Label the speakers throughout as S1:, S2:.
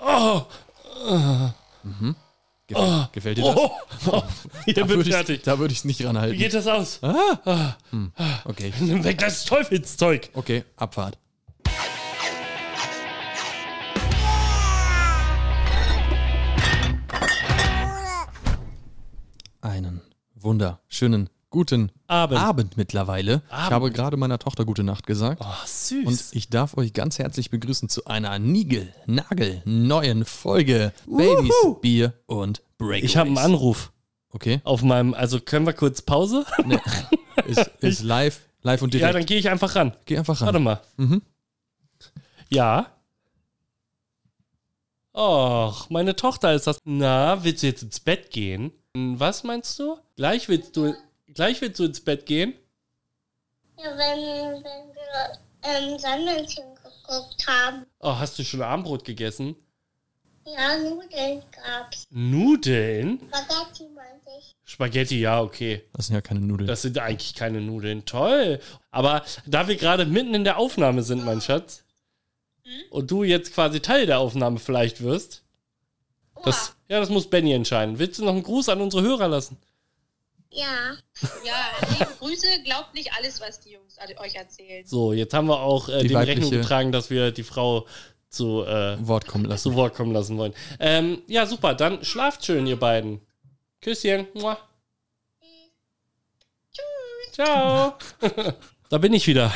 S1: Oh,
S2: Gefällt, gefällt dir das?
S1: oh, oh, hier
S2: da
S1: bin
S2: würde
S1: ich fertig.
S2: ich da würd ich's nicht
S1: Wie
S2: ranhalten.
S1: geht das aus?
S2: Okay,
S1: Nimm weg das Teufelszeug.
S2: okay, Abfahrt. Einen wunderschönen guten
S1: Abend.
S2: Abend mittlerweile. Ich habe gerade meiner Tochter gute Nacht gesagt.
S1: Oh, süß.
S2: Und ich darf euch ganz herzlich begrüßen zu einer Nigel, Nagel, neuen Folge Babys, Bier und Breakaways.
S1: ich habe einen Anruf
S2: Okay,
S1: auf meinem, also können wir kurz Pause?
S2: ist, ist live, live und
S1: ja,
S2: direkt.
S1: dann gehe ich einfach ran.
S2: Geh einfach ran. Mhm.
S1: Warte mal. Ja. Och, meine Tochter ist das. Na, willst du jetzt ins Bett gehen? Hm, Was meinst du? Gleich willst du, gleich willst du ins Bett gehen?
S3: Ja, wenn, wenn wir ähm, Sandmännchen geguckt haben.
S1: Oh, hast du schon Armbrot gegessen?
S3: Ja, Nudeln gab's.
S1: Nudeln?
S3: Spaghetti meinte ich.
S1: Spaghetti, ja, okay.
S2: Das sind ja keine Nudeln.
S1: Das sind eigentlich keine Nudeln. Toll. Aber da wir gerade mitten in der Aufnahme sind, mein Schatz, und du jetzt quasi Teil der Aufnahme vielleicht wirst, das, ja, das muss Benny entscheiden. Willst du noch einen Gruß an unsere Hörer lassen?
S3: Ja.
S4: Ja, liebe Grüße, glaubt nicht alles, was die Jungs an- euch erzählen.
S1: So, jetzt haben wir auch äh,
S2: Die
S1: dem
S2: weibliche-
S1: Rechnung getragen, dass wir die Frau zu, äh,
S2: Wort kommen lassen.
S1: zu Wort kommen lassen wollen. Ähm, ja, super. Dann schlaft schön, ihr beiden. Küsschen. Mua. Ciao. da bin ich wieder.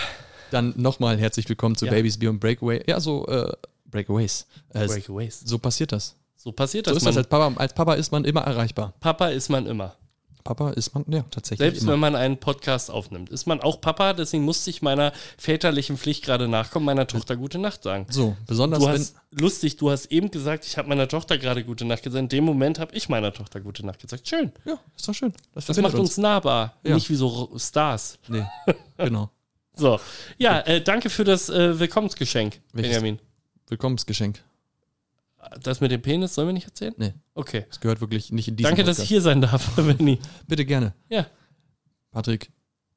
S2: Dann nochmal herzlich willkommen zu
S1: Ja.
S2: Babys, Bier und Breakaway. Ja, so äh, Breakaways. Äh,
S1: Breakaways.
S2: So passiert das.
S1: So passiert
S2: So
S1: das.
S2: ist das halt
S1: man,
S2: als Papa. Als Papa ist man immer erreichbar.
S1: Papa ist man immer.
S2: Papa ist man, ja, tatsächlich
S1: Selbst
S2: immer.
S1: wenn man einen Podcast aufnimmt, ist man auch Papa. Deswegen musste ich meiner väterlichen Pflicht gerade nachkommen, meiner Tochter gute Nacht sagen.
S2: So, besonders
S1: Du
S2: wenn...
S1: hast, lustig, du hast eben gesagt, ich habe meiner Tochter gerade gute Nacht gesagt. In dem Moment habe ich meiner Tochter gute Nacht gesagt. Schön.
S2: ja, ist doch schön.
S1: Das
S2: verbindet
S1: macht uns nahbar,
S2: Ja.
S1: nicht wie so R- Stars.
S2: Nee, genau.
S1: So, ja, äh, danke für das äh, Willkommensgeschenk,
S2: Welches?
S1: Benjamin.
S2: Willkommensgeschenk.
S1: Das mit dem Penis sollen wir nicht erzählen?
S2: Nee,
S1: Okay.
S2: das gehört wirklich nicht in diesen
S1: Danke, dass
S2: Podcast.
S1: ich hier sein darf, Benny.
S2: Bitte gerne,
S1: Ja,
S2: Patrick.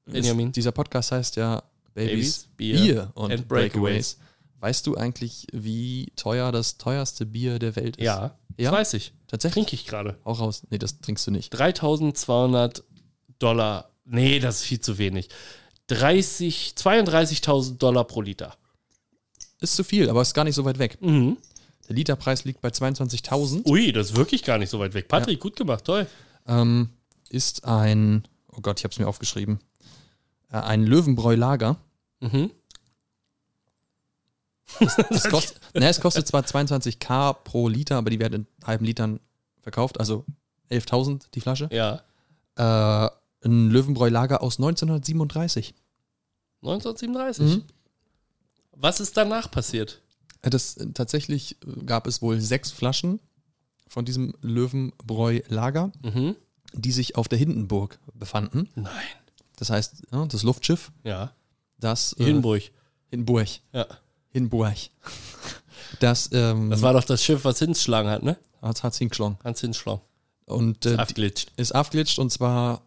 S1: Benjamin.
S2: Ist, dieser Podcast heißt ja Babys,
S1: Babys, Bier
S2: Bier und
S1: and
S2: Breakaways. Weißt du eigentlich, wie teuer das teuerste Bier der Welt ist?
S1: ja,
S2: Ja?
S1: das weiß ich.
S2: Tatsächlich?
S1: Trinke ich gerade.
S2: Auch raus. Nee, das trinkst du nicht.
S1: 3200 Dollar. Nee, das ist viel zu wenig. 30, 32.000 Dollar pro Liter.
S2: Ist zu viel, aber ist gar nicht so weit weg.
S1: Mhm.
S2: Der Literpreis liegt bei 22.000.
S1: Ui, das ist wirklich gar nicht so weit weg. Patrick, gut gemacht, toll.
S2: Ähm, ist ein, oh Gott, ich habe es mir aufgeschrieben, äh, ein Löwenbräu-Lager.
S1: Mhm.
S2: Es, kost, ne, es kostet zwar 22k pro Liter, aber die werden in halben Litern verkauft, also 11.000 die Flasche.
S1: Ja.
S2: Äh, ein Löwenbräu-Lager aus 1937.
S1: 1937.
S2: Mhm.
S1: Was ist danach passiert?
S2: Äh, Das, äh, tatsächlich äh, gab es wohl sechs Flaschen von diesem Löwenbräu-Lager,
S1: Mhm.
S2: die sich auf der Hindenburg befanden.
S1: Nein.
S2: Das heißt, ja, das Luftschiff,
S1: Ja.
S2: das äh,
S1: Hindenburg.
S2: Hindenburg.
S1: Ja.
S2: Hindenburg. Das, ähm,
S1: Das war doch das Schiff, was hinschlagen hat, ne?
S2: hat, hat's hingeschlagen.
S1: Hans Hinschlau.
S2: Und äh, die-
S1: Abglitscht.
S2: ist abglitscht und zwar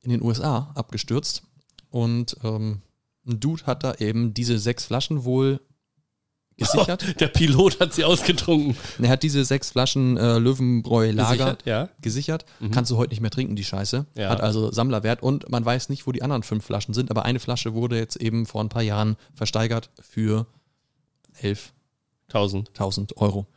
S2: in den USA abgestürzt. Und ähm, ein Dude hat da eben diese sechs Flaschen wohl gesichert.
S1: Der Pilot hat sie ausgetrunken.
S2: Und er hat diese sechs Flaschen äh, Löwenbräu-Lager
S1: Gesichert, Ja.
S2: gesichert.
S1: Mhm.
S2: Kannst du heute nicht mehr trinken, die Scheiße.
S1: Ja.
S2: Hat also Sammlerwert und man weiß nicht, wo die anderen fünf Flaschen sind, aber eine Flasche wurde jetzt eben vor ein paar Jahren versteigert für 11.000
S1: 1000.
S2: Euro.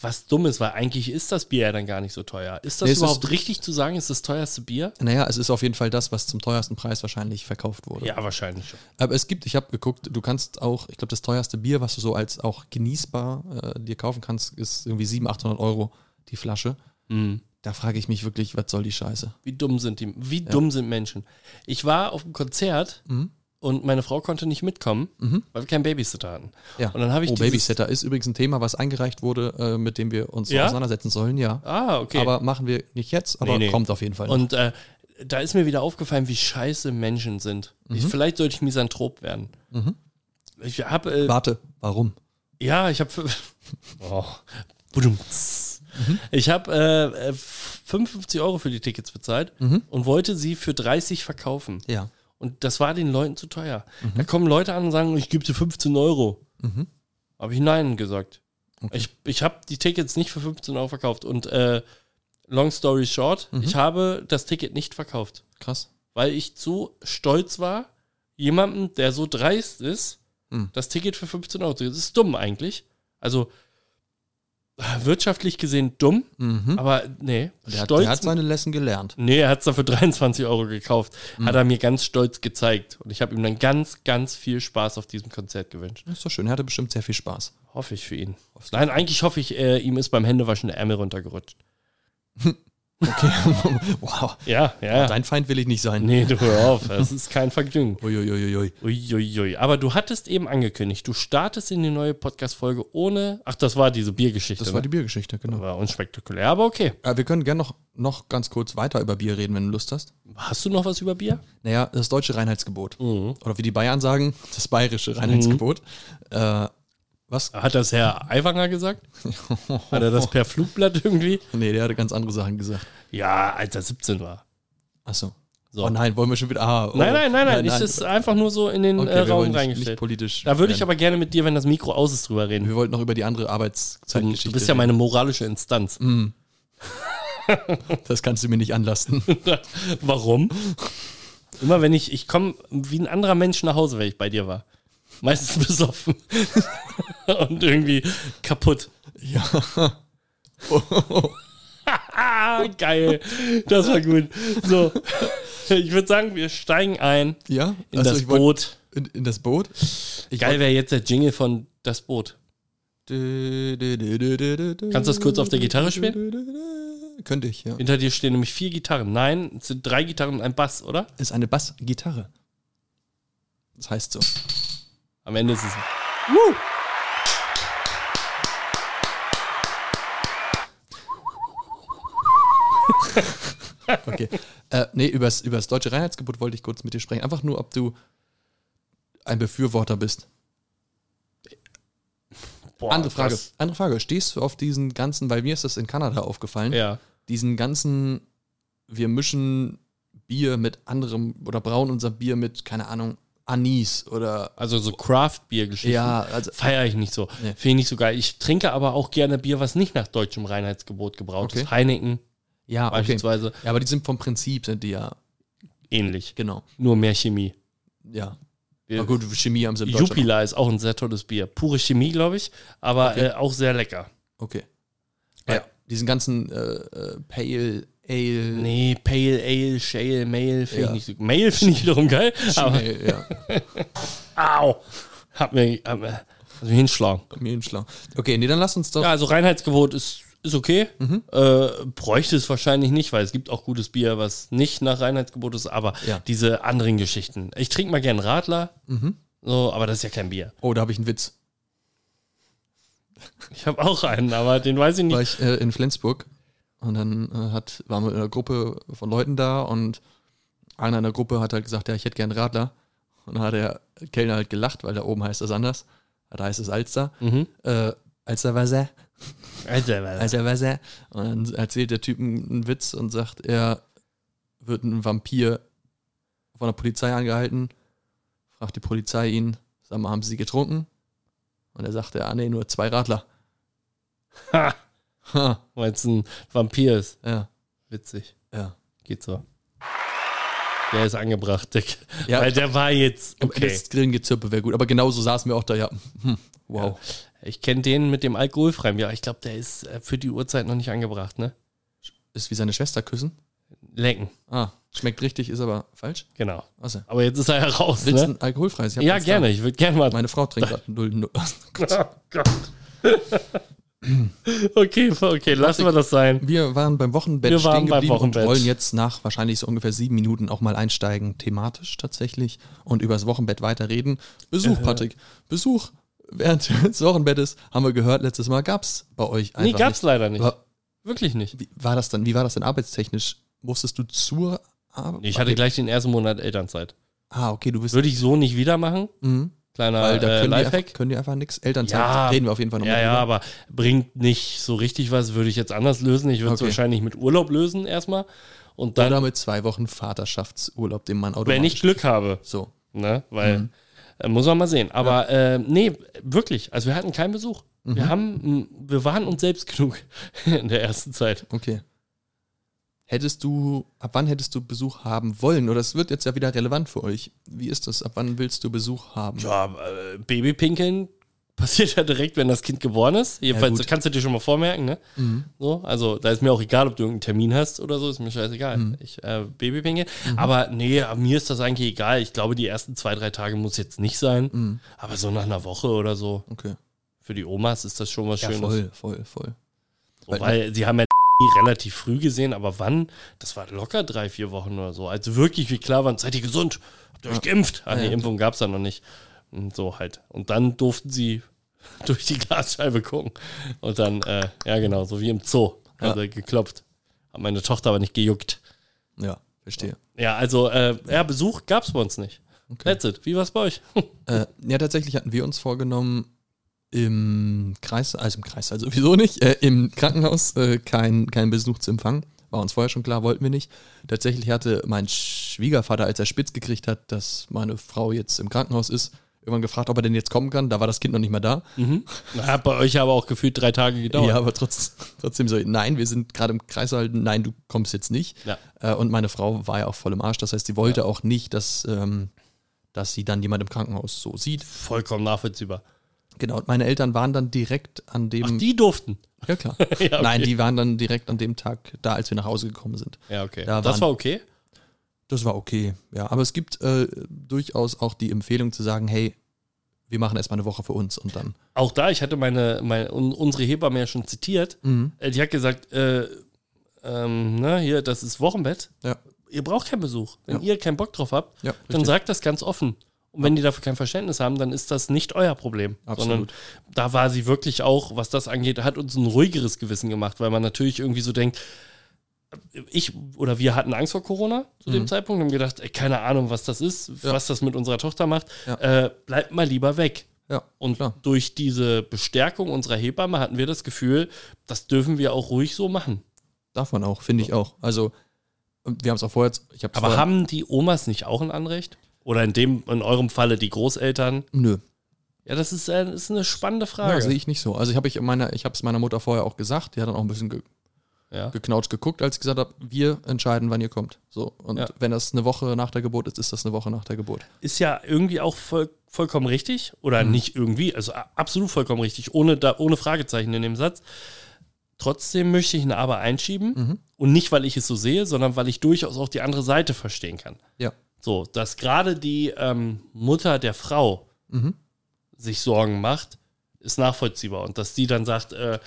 S1: Was dumm ist, weil eigentlich ist das Bier ja dann gar nicht so teuer. Ist das
S2: Nee, es
S1: überhaupt
S2: ist-
S1: richtig zu sagen, ist das teuerste Bier?
S2: Naja, es ist auf jeden Fall das, was zum teuersten Preis wahrscheinlich verkauft wurde.
S1: Ja, wahrscheinlich schon.
S2: Aber es gibt, ich habe geguckt, du kannst auch, ich glaube, das teuerste Bier, was du so als auch genießbar äh, dir kaufen kannst, ist irgendwie 700, 800 Euro die Flasche.
S1: Mhm.
S2: Da frage ich mich wirklich, was soll die Scheiße?
S1: Wie dumm sind die? Wie dumm sind Menschen? Ich war auf einem Konzert
S2: Mhm.
S1: und meine Frau konnte nicht mitkommen, weil wir keinen Babysitter hatten.
S2: Ja.
S1: Und dann habe ich
S2: oh,
S1: dieses-
S2: Babysitter ist übrigens ein Thema, was eingereicht wurde, äh, mit dem wir uns
S1: Ja?
S2: auseinandersetzen sollen, ja.
S1: Ah, okay.
S2: Aber machen wir nicht jetzt, aber
S1: Nee, nee.
S2: kommt auf jeden Fall. noch.
S1: und äh, da ist mir wieder aufgefallen, wie scheiße Menschen sind.
S2: Mhm.
S1: Ich, vielleicht sollte ich Misanthrop werden. Ich habe äh,
S2: Warte, warum?
S1: Ja, ich habe. Oh. Budumts. Ich habe äh, äh, 55 Euro für die Tickets bezahlt und wollte sie für 30 verkaufen.
S2: Ja.
S1: Und das war den Leuten zu teuer. Da kommen Leute an und sagen, ich gebe dir 15 Euro. Habe ich Nein gesagt. Ich, ich habe die Tickets nicht für 15 Euro verkauft. Und äh, long story short,
S2: Mhm.
S1: ich habe das Ticket nicht verkauft,
S2: Krass.
S1: weil ich so stolz war, jemandem, der so dreist ist,
S2: Mhm.
S1: das Ticket für 15 Euro zu Das ist dumm eigentlich. Also wirtschaftlich gesehen dumm,
S2: Mhm.
S1: aber nee.
S2: Der hat, der hat seine Lesson gelernt.
S1: Nee, er hat es dann für 23 Euro gekauft.
S2: Hm.
S1: Hat er mir ganz stolz gezeigt. Und ich habe ihm dann ganz, ganz viel Spaß auf diesem Konzert gewünscht.
S2: Ist doch schön. Er hatte bestimmt sehr viel Spaß.
S1: Hoffe ich für ihn. Nein, eigentlich hoffe ich, äh, ihm ist beim Händewaschen der Ärmel runtergerutscht.
S2: Okay. wow.
S1: Ja, ja.
S2: Oh, Dein Feind will ich nicht sein.
S1: Nee, du hör auf. Das ist kein Vergnügen.
S2: Uiuiuiui.
S1: Uiuiui. Aber du hattest eben angekündigt, du startest in die neue Podcast-Folge ohne. Ach, das war diese Biergeschichte.
S2: Das war die
S1: ne?
S2: Biergeschichte, genau.
S1: war unspektakulär, aber okay.
S2: Äh, wir können gerne noch, noch ganz kurz weiter über Bier reden, wenn du Lust hast.
S1: Hast du noch was über Bier?
S2: Naja, das deutsche Reinheitsgebot.
S1: Mhm.
S2: Oder wie die Bayern sagen, das bayerische Reinheitsgebot. Äh, was?
S1: Hat das Herr Aiwanger gesagt? Hat er das per Flugblatt irgendwie?
S2: Nee, der hatte ganz andere Sachen gesagt.
S1: Ja, als er 17 war.
S2: Oh. Achso.
S1: So.
S2: Oh nein, wollen wir schon wieder. Ah, oh.
S1: Nein, nein, nein, nein. Es ist einfach nur so in den
S2: Okay,
S1: äh,
S2: wir wollen
S1: Raum
S2: nicht, nicht
S1: reingestellt.
S2: politisch.
S1: Da würde ich
S2: werden.
S1: aber gerne mit dir, wenn das Mikro aus ist, drüber reden.
S2: Wir halt wollten noch über die andere Arbeitszeitgeschichte.
S1: Du bist ja meine moralische Instanz.
S2: reden. Das kannst du mir nicht anlasten.
S1: Warum? Immer wenn ich, ich komme wie ein anderer Mensch nach Hause, wenn ich bei dir war. Meistens besoffen. Und irgendwie kaputt.
S2: ja. Oh, oh, oh.
S1: Ah, geil. Das war gut. So. Ich würde sagen, wir steigen ein
S2: Ja?
S1: in
S2: Also
S1: das
S2: ich wollt-
S1: Boot.
S2: In, in das Boot? Ich
S1: Geil wäre jetzt der Jingle von Das Boot.
S2: Kannst
S1: Kannst du das kurz auf der Gitarre spielen?
S2: Könnte ich, ja.
S1: Hinter dir stehen nämlich vier Gitarren. Nein, es sind drei Gitarren und ein Bass, oder?
S2: Ist eine Bassgitarre. Das heißt so.
S1: Am Ende ist es.
S2: Okay. äh, nee, über das deutsche Reinheitsgebot wollte ich kurz mit dir sprechen. Einfach nur, ob du ein Befürworter bist.
S1: Boah,
S2: andere Frage.
S1: das-
S2: Andere Frage. Stehst du auf diesen ganzen, weil mir ist das in Kanada aufgefallen,
S1: Ja.
S2: diesen ganzen, wir mischen Bier mit anderem oder brauen unser Bier mit, keine Ahnung, Anis oder
S1: Also so Craft-Bier-Geschichten.
S2: Ja, also-
S1: Feiere ich nicht so.
S2: Nee.
S1: Finde ich nicht so geil. Ich trinke aber auch gerne Bier, was nicht nach deutschem Reinheitsgebot gebraut
S2: Okay.
S1: ist. Heineken
S2: ja, okay.
S1: beispielsweise.
S2: Ja, aber die sind vom Prinzip, sind die ja,
S1: Ähnlich.
S2: genau.
S1: Nur mehr Chemie.
S2: Ja.
S1: Wir-
S2: Aber gut, Chemie haben sie in Deutschland.
S1: Jupiler ist auch ein sehr tolles Bier. Pure Chemie, glaube ich. Aber äh, auch sehr lecker.
S2: Okay.
S1: Ja.
S2: Ja. Diesen ganzen äh, äh, Pale Ale.
S1: Nee, Pale Ale, Shale, Mail finde
S2: Ja.
S1: ich nicht so Mail finde ich wiederum geil. Aber,
S2: Schnell, ja.
S1: au! Hat mir, hat mir, hat mir hinschlagen.
S2: Mir ein Schlau. Okay, nee, dann lass uns doch.
S1: Ja, also Reinheitsgebot ist, ist okay.
S2: Mhm.
S1: Äh, bräuchte es wahrscheinlich nicht, weil es gibt auch gutes Bier, was nicht nach Reinheitsgebot ist, aber
S2: Ja.
S1: diese anderen Geschichten. Ich trinke mal gern Radler, so, aber das ist ja kein Bier.
S2: mhm. Oh, da habe ich einen Witz.
S1: Ich habe auch einen, aber den weiß ich nicht.
S2: War ich äh, in Flensburg und dann äh, hat, waren wir in einer Gruppe von Leuten da und einer in der Gruppe hat halt gesagt, ja, ich hätte gern Radler. Und dann hat der Kellner halt gelacht, weil da oben heißt das anders. Da heißt es Alster.
S1: Mhm.
S2: Äh, Alsterwasser.
S1: Also, äh,
S2: Also was er? Und dann erzählt der Typ einen Witz und sagt, er wird ein Vampir von der Polizei angehalten. Fragt die Polizei ihn, sag mal, haben sie getrunken? Und er sagt, ah nee, nur zwei Radler.
S1: ha,
S2: Ha,
S1: weil es ein Vampir ist.
S2: ja,
S1: Witzig.
S2: ja.
S1: Geht so. Der ist angebracht, Dick.
S2: Ja.
S1: Weil der war jetzt. Okay.
S2: Das Grillengezirpe wäre gut, aber genauso saßen wir auch da, ja. Hm, wow.
S1: Ich kenne den mit dem alkoholfreien Bier. Ich glaube, der ist äh, für die Uhrzeit noch nicht angebracht, ne?
S2: Ist wie seine Schwester küssen.
S1: Lecken,
S2: Ah, schmeckt richtig, ist aber falsch.
S1: genau.
S2: Also,
S1: Aber jetzt ist er ja raus,
S2: willst du
S1: ne?
S2: ein alkoholfreies? Ich hab
S1: Ja,
S2: eins da.
S1: gerne. Ich würde gerne mal
S2: Meine Frau trinkt gerade null. null.
S1: Oh Gott. okay, okay, lassen wir das sein.
S2: Wir waren beim Wochenbett
S1: Wir waren
S2: stehen
S1: beim
S2: geblieben
S1: Wochenbett.
S2: und wollen jetzt nach wahrscheinlich so ungefähr sieben Minuten auch mal einsteigen, thematisch tatsächlich, und über das Wochenbett weiterreden.
S1: Äh.
S2: Besuch, Patrick. Besuch während des Wochenbettes, haben wir gehört, letztes Mal gab es bei euch einfach
S1: Nee, gab's
S2: nicht.
S1: leider nicht.
S2: Aber
S1: Wirklich nicht.
S2: Wie war das denn? Wie war das denn arbeitstechnisch? Musstest du zur Arbeit?
S1: Ich hatte gleich den ersten Monat Elternzeit.
S2: Ah, okay, du bist.
S1: Würde ich so nicht wieder machen.
S2: Mhm,
S1: Kleiner
S2: weil da
S1: äh,
S2: können, die
S1: Lifehack.
S2: einfach, können die einfach nichts. Elternzeit
S1: Ja.
S2: reden wir auf jeden Fall
S1: Ja,
S2: nochmal.
S1: ja, aber bringt nicht so richtig was, würde ich jetzt anders lösen. Ich würde es
S2: Okay.
S1: wahrscheinlich mit Urlaub lösen erstmal. Und dann,
S2: Oder mit zwei Wochen Vaterschaftsurlaub, den man automatisch.
S1: wenn ich Glück habe,
S2: So.
S1: ne? Weil Äh, muss man mal sehen. Aber äh, nee, wirklich. Also wir hatten keinen Besuch.
S2: Mhm.
S1: Wir haben, mh, wir waren uns selbst genug in der ersten Zeit.
S2: Okay. Hättest du, ab wann hättest du Besuch haben wollen? Oder es wird jetzt ja wieder relevant für euch. Wie ist das? Ab wann willst du Besuch haben?
S1: Ja, äh, Babypinkeln passiert ja direkt, wenn das Kind geboren ist. Jedenfalls
S2: gut.
S1: kannst du dir schon mal vormerken, ne?
S2: Mhm.
S1: So, also da ist mir auch egal, ob du irgendeinen Termin hast oder so, ist mir scheißegal.
S2: Mhm.
S1: Ich äh, Babypinkeln. Aber nee, mir ist das eigentlich egal. Ich glaube, die ersten zwei, drei Tage muss jetzt nicht sein.
S2: Mhm.
S1: Aber so nach einer Woche oder so.
S2: Okay.
S1: Für die Omas ist das schon was
S2: Ja,
S1: Schönes.
S2: voll, voll, voll.
S1: So, weil sie haben ja relativ früh gesehen, aber wann? Das war locker drei, vier Wochen oder so. Als wirklich wie klar waren, seid ihr gesund? Habt ihr euch geimpft? Ah,
S2: Ja,
S1: nee,
S2: ja.
S1: Impfung gab es da noch nicht. Und so halt. Und dann durften sie durch die Glasscheibe gucken. Und dann, äh, ja genau, so wie im Zoo.
S2: Ja.
S1: Also geklopft. Hat meine Tochter aber nicht gejuckt.
S2: Ja, verstehe.
S1: Ja, also, äh, ja, Besuch gab's bei uns nicht. That's it. Wie war's bei euch?
S2: Äh, ja, tatsächlich hatten wir uns vorgenommen, im Kreis, also im Kreis, also sowieso nicht, äh, im Krankenhaus äh, keinen kein Besuch zu empfangen. War uns vorher schon klar, wollten wir nicht. Tatsächlich hatte mein Schwiegervater, als er spitz gekriegt hat, dass meine Frau jetzt im Krankenhaus ist, irgendwann gefragt, ob er denn jetzt kommen kann. Da war das Kind noch nicht mehr da.
S1: Hat bei euch aber auch gefühlt drei Tage gedauert.
S2: Ja, aber trotz, trotzdem so, nein, wir sind gerade im Kreis halten, nein, du kommst jetzt nicht.
S1: Ja.
S2: Äh, und meine Frau war ja auch voll im Arsch, das heißt, sie wollte auch nicht, dass, ähm, dass sie dann jemand im Krankenhaus so sieht.
S1: Vollkommen nachvollziehbar.
S2: Genau, und meine Eltern waren dann direkt an dem.
S1: Ach, die durften.
S2: Ja, klar.
S1: okay.
S2: Nein, die waren dann direkt an dem Tag da, als wir nach Hause gekommen sind.
S1: Ja, okay.
S2: Da
S1: das
S2: waren-
S1: war okay.
S2: Das war okay, ja. Aber es gibt äh, durchaus auch die Empfehlung zu sagen, hey, wir machen erstmal eine Woche für uns und dann.
S1: Auch da, ich hatte meine, meine un, unsere Hebamme ja schon zitiert. Äh, Die hat gesagt, äh, ähm, na, hier, das ist Wochenbett.
S2: Ja,
S1: Ihr braucht keinen Besuch. Wenn
S2: Ja.
S1: ihr keinen Bock drauf habt,
S2: Ja,
S1: dann
S2: richtig.
S1: sagt das ganz offen. Und wenn die dafür kein Verständnis haben, dann ist das nicht euer Problem.
S2: Absolut.
S1: Sondern da war sie wirklich auch, was das angeht, hat uns ein ruhigeres Gewissen gemacht, weil man natürlich irgendwie so denkt, ich oder wir hatten Angst vor Corona zu dem Zeitpunkt und haben gedacht, ey, keine Ahnung, was das ist,
S2: Mhm. Ja.
S1: was das mit unserer Tochter macht.
S2: Ja.
S1: Äh, bleibt mal lieber weg.
S2: ja.
S1: Und
S2: Klar.
S1: durch diese Bestärkung unserer Hebamme hatten wir das Gefühl, das dürfen wir auch ruhig so machen.
S2: Darf man auch, finde ich auch. Also, wir haben es auch vorher, ich habe
S1: Aber haben die Omas nicht auch ein Anrecht? Oder in dem, in eurem Falle die Großeltern?
S2: Nö,
S1: Ja, das ist, äh, ist eine spannende
S2: ja,
S1: Frage.
S2: sehe ich nicht so. Also, ich habe ich meiner, ich hab's meiner Mutter vorher auch gesagt. Die hat dann auch ein bisschen ge
S1: Ja.
S2: geknautscht geguckt, als ich gesagt habe, wir entscheiden, wann ihr kommt. So. Und
S1: Ja.
S2: wenn das eine Woche nach der Geburt ist, ist das eine Woche nach der Geburt.
S1: Ist ja irgendwie auch voll, vollkommen richtig. Oder nicht irgendwie, also a- absolut vollkommen richtig, ohne, da, ohne Fragezeichen in dem Satz. Trotzdem möchte ich ein Aber einschieben. Und nicht, weil ich es so sehe, sondern weil ich durchaus auch die andere Seite verstehen kann.
S2: Ja.
S1: So, dass gerade die ähm, Mutter der Frau
S2: Mhm.
S1: sich Sorgen macht, ist nachvollziehbar. Und dass die dann sagt, äh,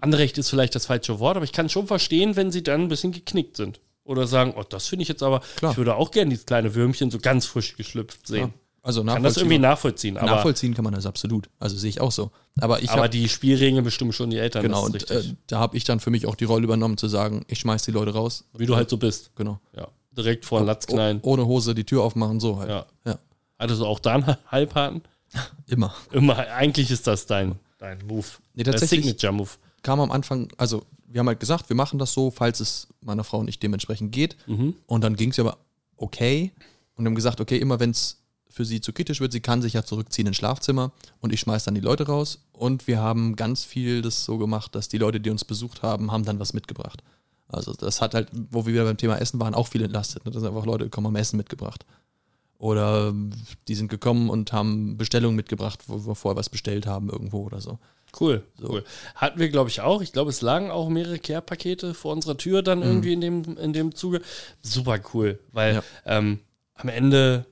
S1: Anrecht ist vielleicht das falsche Wort, aber ich kann schon verstehen, wenn sie dann ein bisschen geknickt sind. Oder sagen, oh, das finde ich jetzt aber,
S2: Klar.
S1: ich würde auch gerne dieses kleine Würmchen so ganz frisch geschlüpft sehen.
S2: Also
S1: Kann das irgendwie
S2: nachvollziehen,
S1: nachvollziehen, aber,
S2: nachvollziehen kann man das absolut. Also sehe ich auch so. Aber ich
S1: aber
S2: hab-
S1: die Spielregeln bestimmen schon die Eltern.
S2: genau,
S1: das
S2: und
S1: ist richtig.
S2: äh, da habe ich dann für mich auch die Rolle übernommen, zu sagen, ich schmeiß die Leute raus.
S1: Wie du halt so bist.
S2: Genau.
S1: Ja. Direkt vor den Latz knallen.
S2: Oh, ohne Hose die Tür aufmachen, so halt.
S1: Ja.
S2: ja.
S1: Hattest du auch da einen Halbhaken?
S2: Immer.
S1: Immer, eigentlich ist das dein, dein Move.
S2: Nee,
S1: Dein
S2: tatsächlich-
S1: Signature-Move.
S2: kam am Anfang, also wir haben halt gesagt, wir machen das so, falls es meiner Frau nicht dementsprechend geht. Und dann ging es aber okay. Und wir haben gesagt, okay, immer wenn es für sie zu kritisch wird, sie kann sich ja zurückziehen ins Schlafzimmer und ich schmeiß dann die Leute raus. Und wir haben ganz viel das so gemacht, dass die Leute, die uns besucht haben, haben dann was mitgebracht. Also das hat halt, wo wir wieder beim Thema Essen waren, auch viel entlastet. Ne? Das sind einfach Leute, die kommen am Essen mitgebracht. Oder die sind gekommen und haben Bestellungen mitgebracht, wo wir vorher was bestellt haben irgendwo oder so.
S1: Cool, cool. Hatten wir, glaube ich, auch. Ich glaube, es lagen auch mehrere Care-Pakete vor unserer Tür dann irgendwie in dem, in dem Zuge. Super cool, weil
S2: Mhm. Ja.
S1: ähm, am Ende,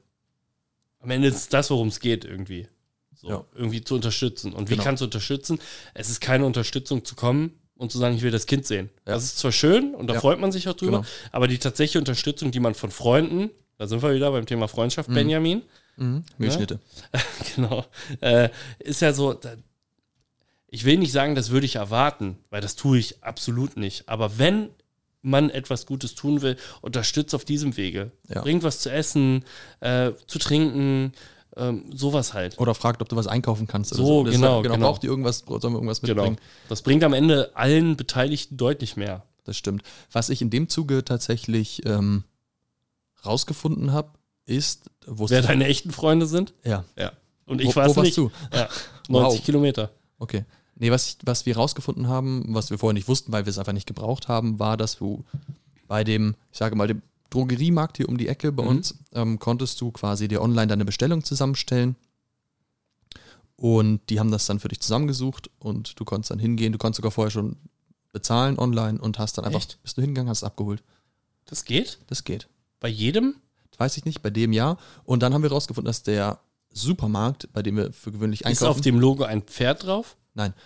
S1: am Ende ist das, worum es geht, irgendwie. So,
S2: Ja.
S1: Irgendwie zu unterstützen. Und wie
S2: Genau.
S1: kannst du unterstützen? Es ist keine Unterstützung zu kommen und zu sagen, ich will das Kind sehen.
S2: Ja.
S1: Das ist zwar schön und da
S2: Ja.
S1: freut man sich auch drüber,
S2: Genau.
S1: aber die tatsächliche Unterstützung, die man von Freunden, da sind wir wieder beim Thema Freundschaft,
S2: Mhm.
S1: Benjamin,
S2: Milchschnitte.
S1: genau. Äh, ist ja so, da, ich will nicht sagen, das würde ich erwarten, weil das tue ich absolut nicht. Aber wenn man etwas Gutes tun will, unterstützt auf diesem Wege.
S2: Ja.
S1: Bringt was zu essen, äh, zu trinken, ähm, sowas halt.
S2: Oder fragt, ob du was einkaufen kannst.
S1: So,
S2: Das-
S1: genau,
S2: genau.
S1: genau.
S2: Braucht ihr irgendwas, sollen wir irgendwas mitbringen?
S1: Genau. Das bringt am Ende allen Beteiligten deutlich mehr.
S2: Das stimmt. Was ich in dem Zuge tatsächlich ähm, rausgefunden habe, ist, wusste
S1: Wer
S2: ich-
S1: deine echten Freunde sind?
S2: Ja.
S1: Ja. Und ich
S2: Wo- wo
S1: weiß
S2: warst
S1: nicht.
S2: du?
S1: Ja, 90
S2: Wow.
S1: Kilometer.
S2: Okay. Nee, was, ich, was wir rausgefunden haben, was wir vorher nicht wussten, weil wir es einfach nicht gebraucht haben, war, dass du bei dem, ich sage mal, dem Drogeriemarkt hier um die Ecke bei
S1: Mhm.
S2: uns, ähm, konntest du quasi dir online deine Bestellung zusammenstellen. Und die haben das dann für dich zusammengesucht und du konntest dann hingehen, du konntest sogar vorher schon bezahlen online und hast dann einfach,
S1: Echt?
S2: bist du hingegangen, hast es abgeholt.
S1: Das geht?
S2: Das geht.
S1: Bei jedem?
S2: Weiß ich nicht, bei dem Jahr. Und dann haben wir rausgefunden, dass der Supermarkt, bei dem wir für gewöhnlich
S1: Ist auf
S2: einkaufen,
S1: dem Logo ein Pferd drauf?
S2: nein,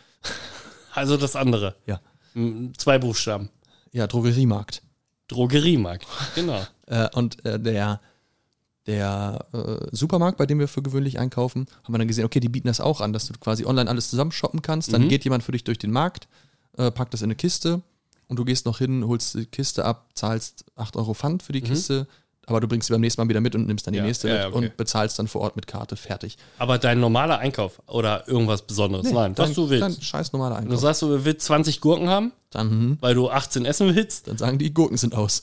S1: Also das andere.
S2: Ja.
S1: M, Zwei Buchstaben.
S2: ja, Drogeriemarkt.
S1: Drogeriemarkt. Genau.
S2: Äh, und äh, der, der äh, Supermarkt, bei dem wir für gewöhnlich einkaufen, haben wir dann gesehen, okay, die bieten das auch an, dass du quasi online alles zusammen shoppen kannst. Dann
S1: Mhm.
S2: geht jemand für dich durch den Markt, äh, packt das in eine Kiste und du gehst noch hin, holst die Kiste ab, zahlst 8 Euro Pfand für die
S1: Mhm.
S2: Kiste, aber du bringst sie beim nächsten Mal wieder mit und nimmst dann die
S1: Ja,
S2: nächste
S1: ja,
S2: mit
S1: ja, okay.
S2: und bezahlst dann vor Ort mit Karte. Fertig.
S1: Aber dein normaler Einkauf oder irgendwas Besonderes. Nein, was
S2: dein-
S1: du
S2: Dein
S1: willst.
S2: scheiß normaler
S1: Du
S2: Einkauf.
S1: sagst, du willst 20 Gurken haben,
S2: Dann,
S1: weil du 18 essen willst.
S2: dann sagen die, Gurken sind aus.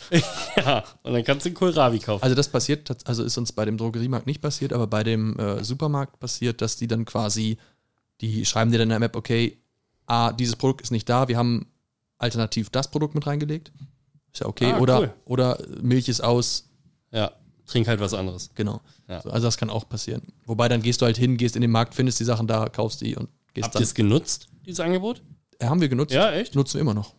S1: Ja. Und dann kannst du einen Kohlrabi kaufen.
S2: Also das passiert, tats- also ist uns bei dem Drogeriemarkt nicht passiert, aber bei dem äh, Supermarkt passiert, dass die dann quasi, die schreiben dir dann in der Map, okay, ah, dieses Produkt ist nicht da, wir haben alternativ das Produkt mit reingelegt. Ist ja okay.
S1: Ah,
S2: oder,
S1: cool.
S2: oder Milch ist aus,
S1: ja. Trink halt was anderes.
S2: genau.
S1: Ja.
S2: So, also das kann auch passieren. Wobei dann gehst du halt hin, gehst in den Markt, findest die Sachen da, kaufst die und gehst
S1: Habt ihr es genutzt, dieses Angebot?
S2: dann. Äh, haben wir genutzt,
S1: Ja, echt?
S2: nutzen wir immer noch.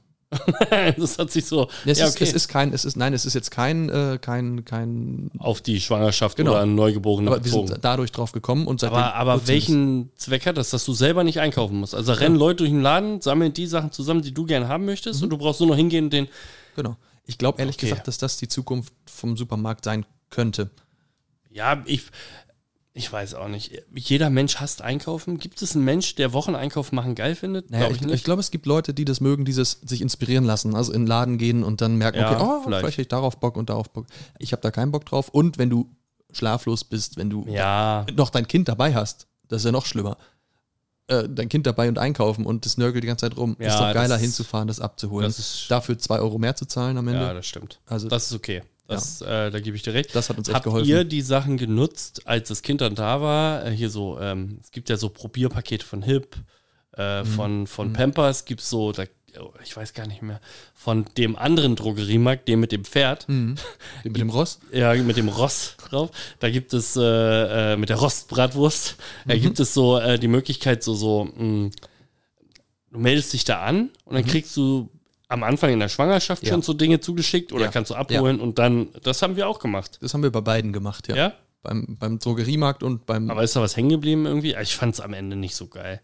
S1: das hat sich so
S2: Es,
S1: ja,
S2: ist,
S1: okay.
S2: es ist kein, es ist, nein, es ist jetzt kein, äh, kein, kein,
S1: auf die Schwangerschaft
S2: Genau.
S1: oder ein Neugeborenen
S2: aber wir
S1: bezogen.
S2: sind dadurch drauf gekommen und seitdem.
S1: Aber, aber
S2: nutzen wir es.
S1: welchen Zweck hat das, dass du selber nicht einkaufen musst? Also da rennen Leute durch den Laden, sammeln die Sachen zusammen, die du gerne haben möchtest
S2: Mhm.
S1: und du brauchst nur noch hingehen und den.
S2: Genau. Ich glaube ehrlich
S1: Okay.
S2: gesagt, dass das die Zukunft vom Supermarkt sein könnte.
S1: Ja, ich, ich weiß auch nicht. Jeder Mensch hasst Einkaufen. Gibt es einen Mensch, der Wocheneinkauf machen geil findet?
S2: Naja,
S1: Glaub
S2: ich ich glaube, es gibt Leute, die das mögen, dieses sich inspirieren lassen, also in den Laden gehen und dann merken,
S1: Ja,
S2: okay, oh, vielleicht.
S1: vielleicht.
S2: hätte ich darauf Bock und darauf Bock. Ich habe da keinen Bock drauf. Und wenn du schlaflos bist, wenn du
S1: ja,
S2: noch dein Kind dabei hast, das ist ja noch schlimmer. Äh, dein Kind dabei und einkaufen und das nörgelt die ganze Zeit rum.
S1: Ja,
S2: ist doch
S1: das
S2: geiler
S1: ist-
S2: hinzufahren, das abzuholen.
S1: das ist-
S2: Dafür zwei Euro mehr zu zahlen am Ende.
S1: ja, das stimmt.
S2: also das,
S1: Das ist okay. Das, äh, da gebe ich dir recht.
S2: hat uns echt
S1: Habt
S2: geholfen.
S1: ihr die Sachen genutzt, als das Kind dann da war? Äh, Hier so, ähm, es gibt ja so Probierpakete von Hip,
S2: Mhm.
S1: äh, von, von Pampers, gibt so, da, oh, ich weiß gar nicht mehr, von dem anderen Drogeriemarkt, dem mit dem Pferd,
S2: Mhm. Mit dem Ross?
S1: ja, mit dem Ross drauf. Da gibt es äh, äh, mit der Rostbratwurst,
S2: Mhm.
S1: da gibt es so äh, die Möglichkeit, so, so, mh, du meldest dich da an und dann kriegst du am Anfang in der Schwangerschaft
S2: Mhm. Ja.
S1: schon so Dinge zugeschickt oder
S2: Ja.
S1: kannst du abholen und dann, das haben wir auch gemacht.
S2: Das haben wir bei beiden gemacht, ja.
S1: ja?
S2: Beim, beim Drogeriemarkt und beim
S1: Aber ist da was hängen geblieben irgendwie? Ich fand es am Ende nicht so geil.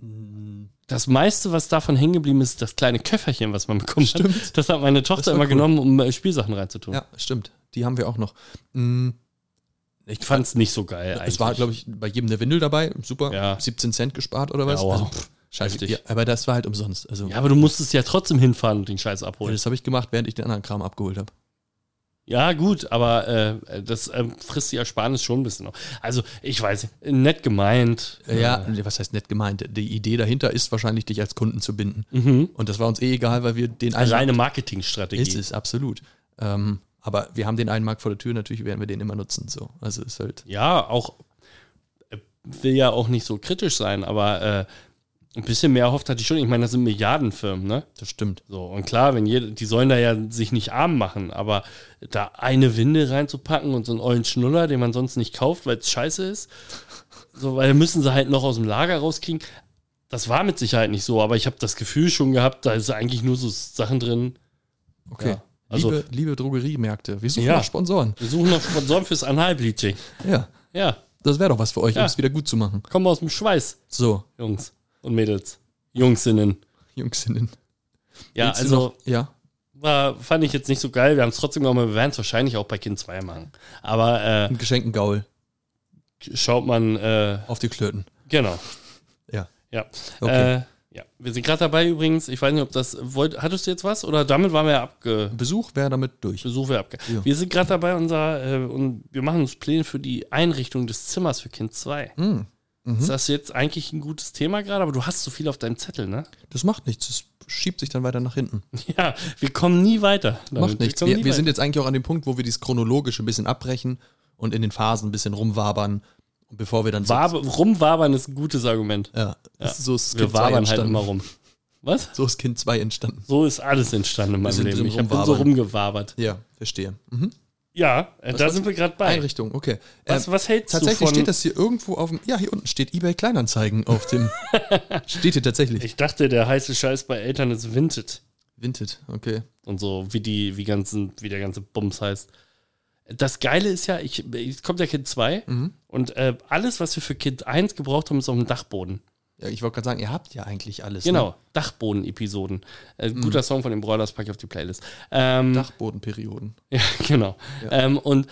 S2: Mm,
S1: Das meiste, was davon hängen geblieben ist, das kleine Köfferchen, was man bekommt hat.
S2: Stimmt.
S1: Das hat meine Tochter
S2: war
S1: immer
S2: cool.
S1: genommen, um äh, Spielsachen reinzutun.
S2: Ja, stimmt. Die haben wir auch noch. Mm,
S1: Ich fand es nicht so geil eigentlich.
S2: Es war, glaube ich, bei jedem eine Windel dabei. Super.
S1: Ja.
S2: 17 Cent gespart oder was? Also,
S1: Ja, wow.
S2: pff, scheiße.
S1: Heftig.
S2: Ja, aber das war halt umsonst. Also,
S1: Ja, aber du musstest ja trotzdem hinfahren und den Scheiß abholen.
S2: das habe ich gemacht, während ich den anderen Kram abgeholt habe.
S1: Ja, gut, aber äh, das äh, frisst die Ersparnis schon ein bisschen auf. Also, ich weiß, nett gemeint.
S2: Ja, nee, was heißt nett gemeint? Die Idee dahinter ist wahrscheinlich, dich als Kunden zu binden.
S1: Mhm.
S2: Und das war uns eh egal, weil wir den einen
S1: Reine
S2: Markt, ist
S1: Marketingstrategie.
S2: es, absolut. Ähm, aber wir haben den einen Markt vor der Tür, natürlich werden wir den immer nutzen. So. Also ist halt.
S1: ja, auch äh, will ja auch nicht so kritisch sein, aber äh, ein bisschen mehr erhofft hatte ich schon. Ich meine, das sind Milliardenfirmen, ne?
S2: Das stimmt.
S1: So, und klar, wenn jede, die sollen da ja sich nicht arm machen, aber da eine Winde reinzupacken und so einen ollen Schnuller, den man sonst nicht kauft, weil es scheiße ist, so, weil müssen sie halt noch aus dem Lager rauskriegen. Das war mit Sicherheit nicht so, aber ich habe das Gefühl schon gehabt, da ist eigentlich nur so Sachen drin.
S2: Okay.
S1: Ja. Also-
S2: liebe, liebe Drogeriemärkte, wir suchen
S1: Ja.
S2: nach Sponsoren.
S1: Wir suchen noch Sponsoren fürs Anhaltbleaching.
S2: Ja,
S1: Ja,
S2: das wäre doch was für euch,
S1: Ja.
S2: um es wieder gut zu machen.
S1: kommen aus dem Schweiß,
S2: So,
S1: Jungs und Mädels. Jungsinnen.
S2: Jungsinnen.
S1: Ja,
S2: Willst du
S1: also.
S2: noch- ja.
S1: War, fand ich jetzt nicht so geil. Wir haben es trotzdem nochmal, wir werden es wahrscheinlich auch bei Kind 2 machen. Aber
S2: Ein Geschenkengaul
S1: äh, schaut man, äh,
S2: auf die Klöten.
S1: genau.
S2: Ja.
S1: Ja.
S2: Okay.
S1: Äh, ja. Wir sind gerade dabei übrigens. Ich weiß nicht, ob das. Wollt, hattest du jetzt was? Oder damit waren wir ja abge.
S2: Besuch wäre damit durch.
S1: Besuch wäre abge.
S2: Ja.
S1: Wir sind gerade dabei, unser. Äh, und wir machen uns Pläne für die Einrichtung des Zimmers für Kind 2.
S2: Hm.
S1: Ist das jetzt eigentlich ein gutes Thema gerade? Aber du hast so viel auf deinem Zettel, ne?
S2: Das macht nichts. Das schiebt sich dann weiter nach hinten.
S1: Ja, wir kommen nie weiter. damit.
S2: macht nichts.
S1: kommen
S2: Wir,
S1: nie
S2: wir sind
S1: weiter.
S2: jetzt eigentlich auch an dem Punkt, wo wir dieses Chronologische ein bisschen abbrechen und in den Phasen ein bisschen rumwabern. Und bevor wir dann so.
S1: Wabe, rumwabern ist ein gutes Argument.
S2: ja, das ist so ist
S1: Wir
S2: Kind 2
S1: wabern halt
S2: entstanden.
S1: immer rum. Was?
S2: So ist Kind 2 entstanden.
S1: So ist alles entstanden in
S2: Wir
S1: meinem
S2: sind
S1: Leben.
S2: im
S1: Ich hab- bin so
S2: Rumwabern.
S1: rumgewabert.
S2: Ja, verstehe. Mhm.
S1: Ja, äh, da
S2: war's?
S1: sind wir gerade bei.
S2: Einrichtung, okay. Äh,
S1: Was, was hältst
S2: tatsächlich
S1: du von...
S2: steht das hier irgendwo auf dem. Ja, hier unten steht eBay Kleinanzeigen auf dem. steht hier tatsächlich.
S1: ich dachte, der heiße Scheiß bei Eltern ist Vinted.
S2: Vinted, okay.
S1: und so, wie die, wie ganzen, wie der ganze Bums heißt. Das Geile ist ja, ich, jetzt kommt ja Kind 2
S2: Mhm.
S1: und äh, alles, was wir für Kind 1 gebraucht haben, ist auf dem Dachboden.
S2: Ja, ich wollte gerade sagen, ihr habt ja eigentlich alles. ne?
S1: Genau, Dachboden-Episoden. Äh,
S2: Mhm.
S1: Guter Song von den Broilers, pack ich auf die Playlist. Ähm,
S2: Ne? Dachbodenperioden.
S1: Ja, genau.
S2: Ja.
S1: Ähm, und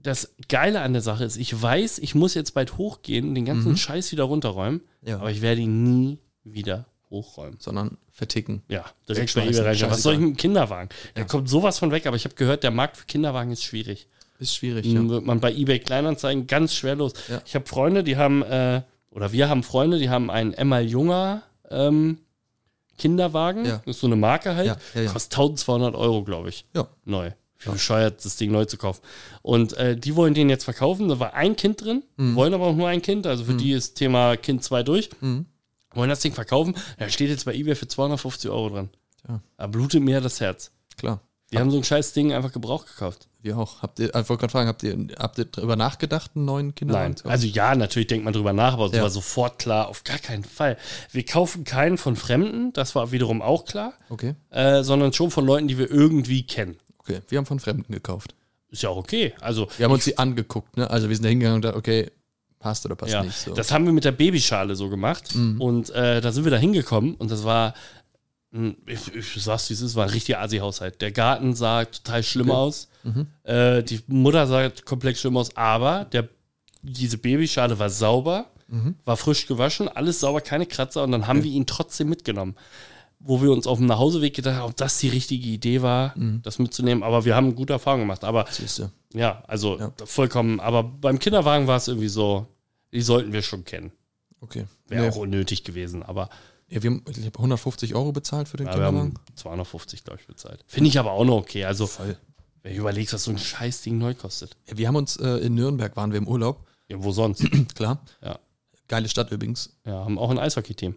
S1: das Geile an der Sache ist, ich weiß, ich muss jetzt bald hochgehen und den ganzen Scheiß wieder runterräumen,
S2: Mhm. Ja.
S1: aber ich werde ihn nie wieder hochräumen.
S2: Sondern verticken.
S1: Ja, direkt bei
S2: Wegschmeißen,
S1: eBay reinschauen. Was soll ich
S2: scheißegal.
S1: mit dem Kinderwagen? Da kommt sowas von weg, aber ich habe gehört, der Markt für Kinderwagen ist schwierig.
S2: Ist schwierig,
S1: Dann
S2: ja.
S1: wird man bei eBay Kleinanzeigen ganz schwer los.
S2: Ja.
S1: Ich habe Freunde, die haben, äh, oder wir haben Freunde, die haben einen Emma Junger ähm, Kinderwagen.
S2: Ja.
S1: Das ist so eine Marke halt.
S2: Ja, ja, ja.
S1: Kostet 1200 Euro, glaube ich.
S2: Ja.
S1: Neu. Wie bescheuert, das Ding neu zu kaufen. Und äh, die wollen den jetzt verkaufen. Da war ein Kind drin, wollen aber auch nur ein Kind. Also für die ist Thema Kind 2 durch.
S2: Mhm.
S1: Wollen das Ding verkaufen. Da steht jetzt bei eBay für 250 Euro dran.
S2: Tja.
S1: Da blutet mir das Herz.
S2: Klar.
S1: Die haben so ein scheiß Ding einfach gebraucht gekauft.
S2: Wir auch. Habt ihr, ich wollte gerade fragen, habt ihr, habt ihr darüber nachgedacht, einen neuen Kinderwagen
S1: Nein, also ja, natürlich denkt man drüber nach, aber es
S2: Ja.
S1: war sofort klar, auf gar keinen Fall. Wir kaufen keinen von Fremden, das war wiederum auch klar,
S2: Okay.
S1: äh, sondern schon von Leuten, die wir irgendwie kennen.
S2: Okay. Wir haben von Fremden gekauft.
S1: Ist ja auch okay. Also,
S2: Wir haben uns die angeguckt, ne? Also wir sind da hingegangen und dachten, okay, passt oder passt
S1: ja,
S2: nicht. So. Mhm.
S1: das haben wir mit der Babyschale so gemacht und äh, da sind wir da hingekommen und das war, mh, ich, ich sag's wie es ist, war ein richtiger Asi-Haushalt. Der Garten sah total schlimm
S2: Okay.
S1: aus,
S2: Mhm.
S1: äh, die Mutter sah komplett schlimm aus, aber der, diese Babyschale war sauber.
S2: Mhm.
S1: war frisch gewaschen, alles sauber, keine Kratzer und dann haben wir ihn trotzdem mitgenommen. Wo wir uns auf dem Nachhauseweg gedacht haben, ob das die richtige Idee war,
S2: Mhm.
S1: das mitzunehmen. Aber wir haben gute Erfahrungen gemacht. Aber
S2: Siehste.
S1: ja, also
S2: Ja.
S1: vollkommen. Aber beim Kinderwagen war es irgendwie so, die sollten wir schon kennen.
S2: Okay.
S1: Wäre
S2: Nee.
S1: auch unnötig gewesen, aber
S2: Ja, wir haben, ich habe 150 Euro bezahlt für den
S1: ja, wir haben
S2: Kinderwagen.
S1: 250, glaube ich, bezahlt. Finde ich aber auch noch okay. Also,
S2: Voll.
S1: wenn du überlegst, was so ein Scheißding neu kostet.
S2: Ja, wir haben uns äh, in Nürnberg waren wir im Urlaub,
S1: Ja, wo sonst?
S2: klar.
S1: Ja.
S2: Geile Stadt übrigens.
S1: Ja, haben auch ein Eishockey-Team.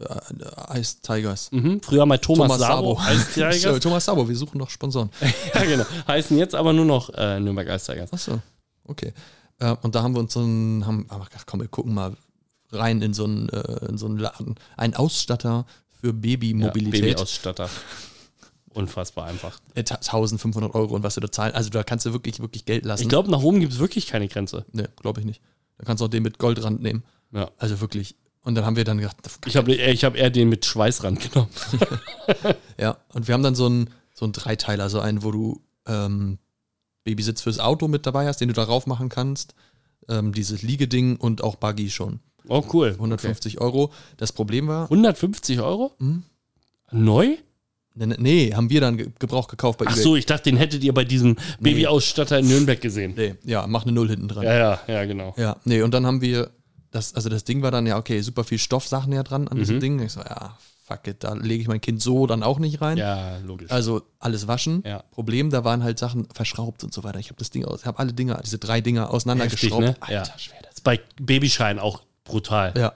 S2: Äh, Ice Tigers.
S1: Mhm. Früher mal Thomas, Sabo, als
S2: Sorry,
S1: Tigers.
S2: äh, Thomas Sabo, wir suchen noch Sponsoren.
S1: ja, genau. Heißen jetzt aber nur noch äh, Nürnberg Ice Tigers.
S2: Achso, okay. Äh, und da haben wir uns so einen, haben, haben wir gedacht, komm, wir gucken mal rein in so einen, äh, in so einen Laden. Ein Ausstatter für
S1: Ja,
S2: Babymobilität.
S1: Babyausstatter. Unfassbar einfach.
S2: Äh, ta- 1500 Euro und was wir da zahlen. Also da kannst du wirklich, wirklich Geld lassen.
S1: Ich glaube, nach oben gibt es wirklich keine Grenze.
S2: nee, glaube ich nicht. Da kannst du auch den mit Goldrand nehmen.
S1: Ja.
S2: Also wirklich. Und dann haben wir dann gedacht, das-
S1: Ich habe ich hab eher den mit Schweißrand genommen.
S2: Ja, und wir haben dann so einen, so einen Dreiteiler, so einen, wo du ähm, Babysitz fürs Auto mit dabei hast, den du darauf machen kannst. Ähm, dieses Liegeding und auch Buggy schon.
S1: Oh, cool.
S2: 150 Euro. Das Problem war,
S1: 150 Euro?
S2: Mhm.
S1: Neu?
S2: nee, nee, nee, haben wir dann ge- Gebrauch gekauft bei
S1: Ach
S2: eBay.
S1: so, ich dachte, den hättet ihr bei diesem
S2: Nee.
S1: Babyausstatter in Nürnberg gesehen.
S2: Nee, ja, mach eine Null hinten dran.
S1: Ja, ja, ja, genau.
S2: Ja, nee, und dann haben wir, das, also das Ding war dann ja, okay, super viel Stoffsachen ja dran an
S1: Mhm.
S2: diesem Ding. Ich so, ja, fuck it, da lege ich mein Kind so dann auch nicht rein.
S1: Ja, logisch.
S2: Also alles waschen.
S1: Ja.
S2: Problem, da waren halt Sachen verschraubt und so weiter. Ich habe das Ding aus, habe alle Dinger, diese drei Dinger
S1: Heftig,
S2: auseinandergeschraubt.
S1: ne?
S2: Alter,
S1: Ja.
S2: schwer
S1: Das ist bei Babyschein auch brutal.
S2: das. Ja.